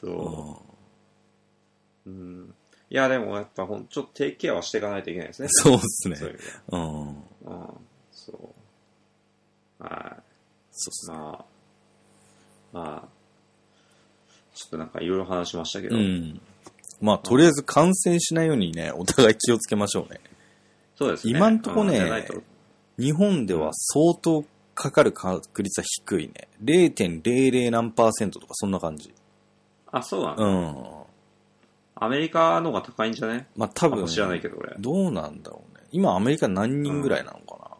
Speaker 2: そうう。うん。いや、でもやっぱほん、ちょっと低ケアはしていかないといけないですね
Speaker 1: ん、。そうですね
Speaker 2: そう。いう意味で
Speaker 1: うん。
Speaker 2: は。うん。そう。はい。
Speaker 1: そうっすね。
Speaker 2: まあ、まあ、ちょっとなんかいろいろ話しましたけ
Speaker 1: う
Speaker 2: ど、
Speaker 1: ん。まあ、とりあえず感染しないようにね、お互い気をつけましょうね。
Speaker 2: そうですね。
Speaker 1: 今んとこね
Speaker 2: うんじゃないと
Speaker 1: 日本では相当かかる確率は低いね。0.00何パーセントとかそんな感じ。
Speaker 2: あ、そうなの、
Speaker 1: うん。
Speaker 2: アメリカの方が高いんじゃね
Speaker 1: まあ多
Speaker 2: あん
Speaker 1: 分、
Speaker 2: ま知らないけど俺。
Speaker 1: どうなんだろうね。今アメリカ何人ぐらいなのか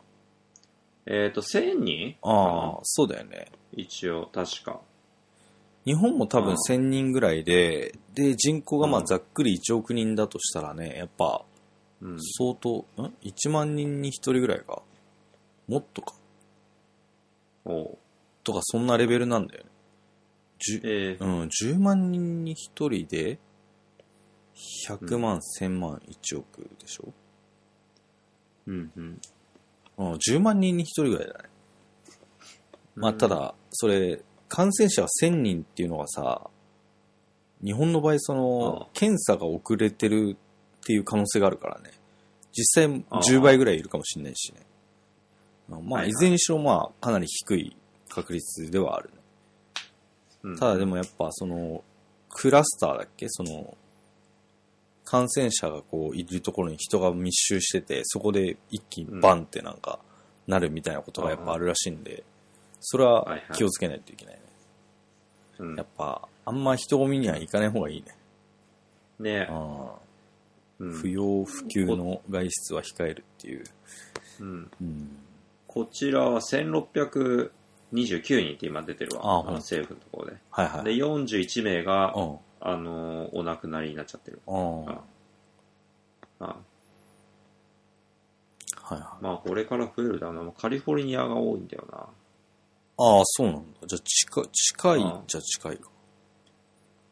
Speaker 1: な、
Speaker 2: えっ、と、1000人
Speaker 1: ああ、そうだよね。
Speaker 2: 一応、確か。
Speaker 1: 日本も多
Speaker 2: う
Speaker 1: 分
Speaker 2: ん
Speaker 1: 1000人ぐらいで、で、人口がま
Speaker 2: う
Speaker 1: あ
Speaker 2: ん
Speaker 1: ざっくり1億人だとしたらね、やっぱ
Speaker 2: うん。
Speaker 1: 相当、ん ?1 万人に1人ぐらいが、もっとか、
Speaker 2: おう
Speaker 1: とかそんなレベルなんだよね。10
Speaker 2: えー
Speaker 1: うん、10万人に1人で、100万、1000万、1億でしょ
Speaker 2: うんうん。
Speaker 1: うん、10万人に1人ぐらいだね。まあ、ただ、それ、感染者は1000人っていうのがさ、日本の場合、そ
Speaker 2: ああ
Speaker 1: の、検査が遅れてるっていう可能性があるからね。実際、
Speaker 2: ああ
Speaker 1: 10倍ぐらいいるかもしれないしね。ま
Speaker 2: はい
Speaker 1: あ、
Speaker 2: はい
Speaker 1: いずれにしろ、まあ、かなり低い確率ではあるね。
Speaker 2: うん、
Speaker 1: ただでもやっぱ、その、クラスターだっけその、感染者がこう、いるところに人が密集してて、そこで一気にバンってなんか、なるみたいなことがやっぱあるらしいんで、それ
Speaker 2: は
Speaker 1: はい
Speaker 2: はい
Speaker 1: 気をつけないといけないね。
Speaker 2: うん
Speaker 1: やっぱ、あんま人混みには行かない方がいいね。
Speaker 2: ねえ、
Speaker 1: あ
Speaker 2: うん
Speaker 1: 不要不急の外出は控えるっていう。
Speaker 2: うん、
Speaker 1: うん。
Speaker 2: こちらは1629人って今出てるわ。
Speaker 1: あほ
Speaker 2: あ
Speaker 1: んと
Speaker 2: の政府のところで。
Speaker 1: はいはい。
Speaker 2: で、41名が
Speaker 1: う、ん。
Speaker 2: あのーお亡くなりになっちゃってる。
Speaker 1: うん。は
Speaker 2: ああ
Speaker 1: いはい。あ
Speaker 2: まあ、これから増えるだろうな。もうカリフォルニアが多いんだよな。
Speaker 1: あ、そうなんだ。じゃあ近い、近いっちゃ近いか。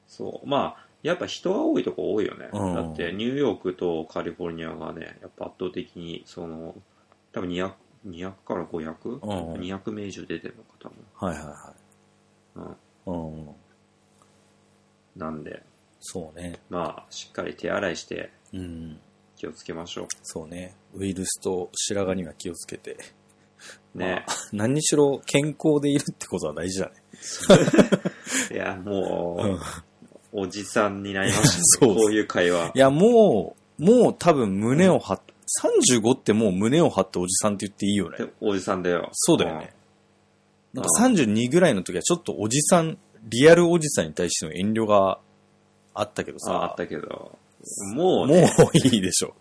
Speaker 2: そう。まあ、やっぱ人が多いとこ多いよね。
Speaker 1: うん
Speaker 2: だって、ニューヨークとカリフォルニアがね、やっぱ圧倒的に、その、多分200、200から 500?、
Speaker 1: うん
Speaker 2: 200 200名以上出てるのか、
Speaker 1: はいはいは
Speaker 2: 多分。
Speaker 1: い。うん。
Speaker 2: うん。なんで、
Speaker 1: そうね。
Speaker 2: まあ、しっかり手洗いして
Speaker 1: うん。
Speaker 2: 気をつけましょ
Speaker 1: そうね。ウイルスと白髪には気をつけて。 [LAUGHS]
Speaker 2: う。ね。
Speaker 1: 何にしろ健康でいるってことは大事だね。
Speaker 2: いや、も
Speaker 1: うん
Speaker 2: う、おじさんになりました、
Speaker 1: [LAUGHS] そう
Speaker 2: ね。こういう会話
Speaker 1: い。や、もう、もう多分胸を張って、35ってもう胸を張っておじさんって言っていいよね。
Speaker 2: でおじさんだよ。
Speaker 1: そうだよね。
Speaker 2: う
Speaker 1: なん
Speaker 2: ん
Speaker 1: か32ぐらいの時はちょっとおじさん、リアルおじさんに対しての遠慮があったけど
Speaker 2: うん。ああ
Speaker 1: さ
Speaker 2: っ、たけど。も
Speaker 1: も
Speaker 2: うね、
Speaker 1: ういいでしょ。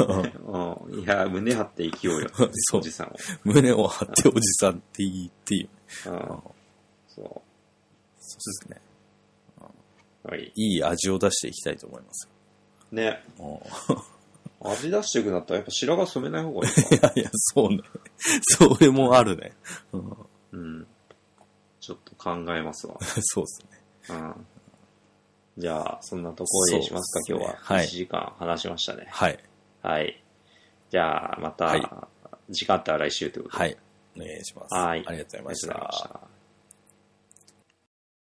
Speaker 1: [LAUGHS]
Speaker 2: うん、いや、胸張って生きようよ。
Speaker 1: そう
Speaker 2: おじさんを。
Speaker 1: 胸を張っておじさんって言いっていう。
Speaker 2: うん。そ
Speaker 1: そうですね。
Speaker 2: う。はい。
Speaker 1: いい味を出していきたいと思います
Speaker 2: ね。
Speaker 1: よ。うん
Speaker 2: 味出していくんだったら、やっぱ白髪染めない方がいい
Speaker 1: い [LAUGHS]
Speaker 2: か。
Speaker 1: やいや、そうね。それもあるね。うん、 [LAUGHS]
Speaker 2: うん。ちょっと考えますわ。
Speaker 1: そうですね。
Speaker 2: うん。じゃあ、そんなところにしますか、
Speaker 1: そう
Speaker 2: 今
Speaker 1: ですね
Speaker 2: 日は。
Speaker 1: はい
Speaker 2: 1時間話しましたね。
Speaker 1: はい。
Speaker 2: はい。じゃあ、また、
Speaker 1: はい
Speaker 2: 時間あったら来週ということで。
Speaker 1: はい。お願いします。
Speaker 2: はい
Speaker 1: ありがとうございまし
Speaker 2: ありがとうございま
Speaker 1: た
Speaker 2: し。た。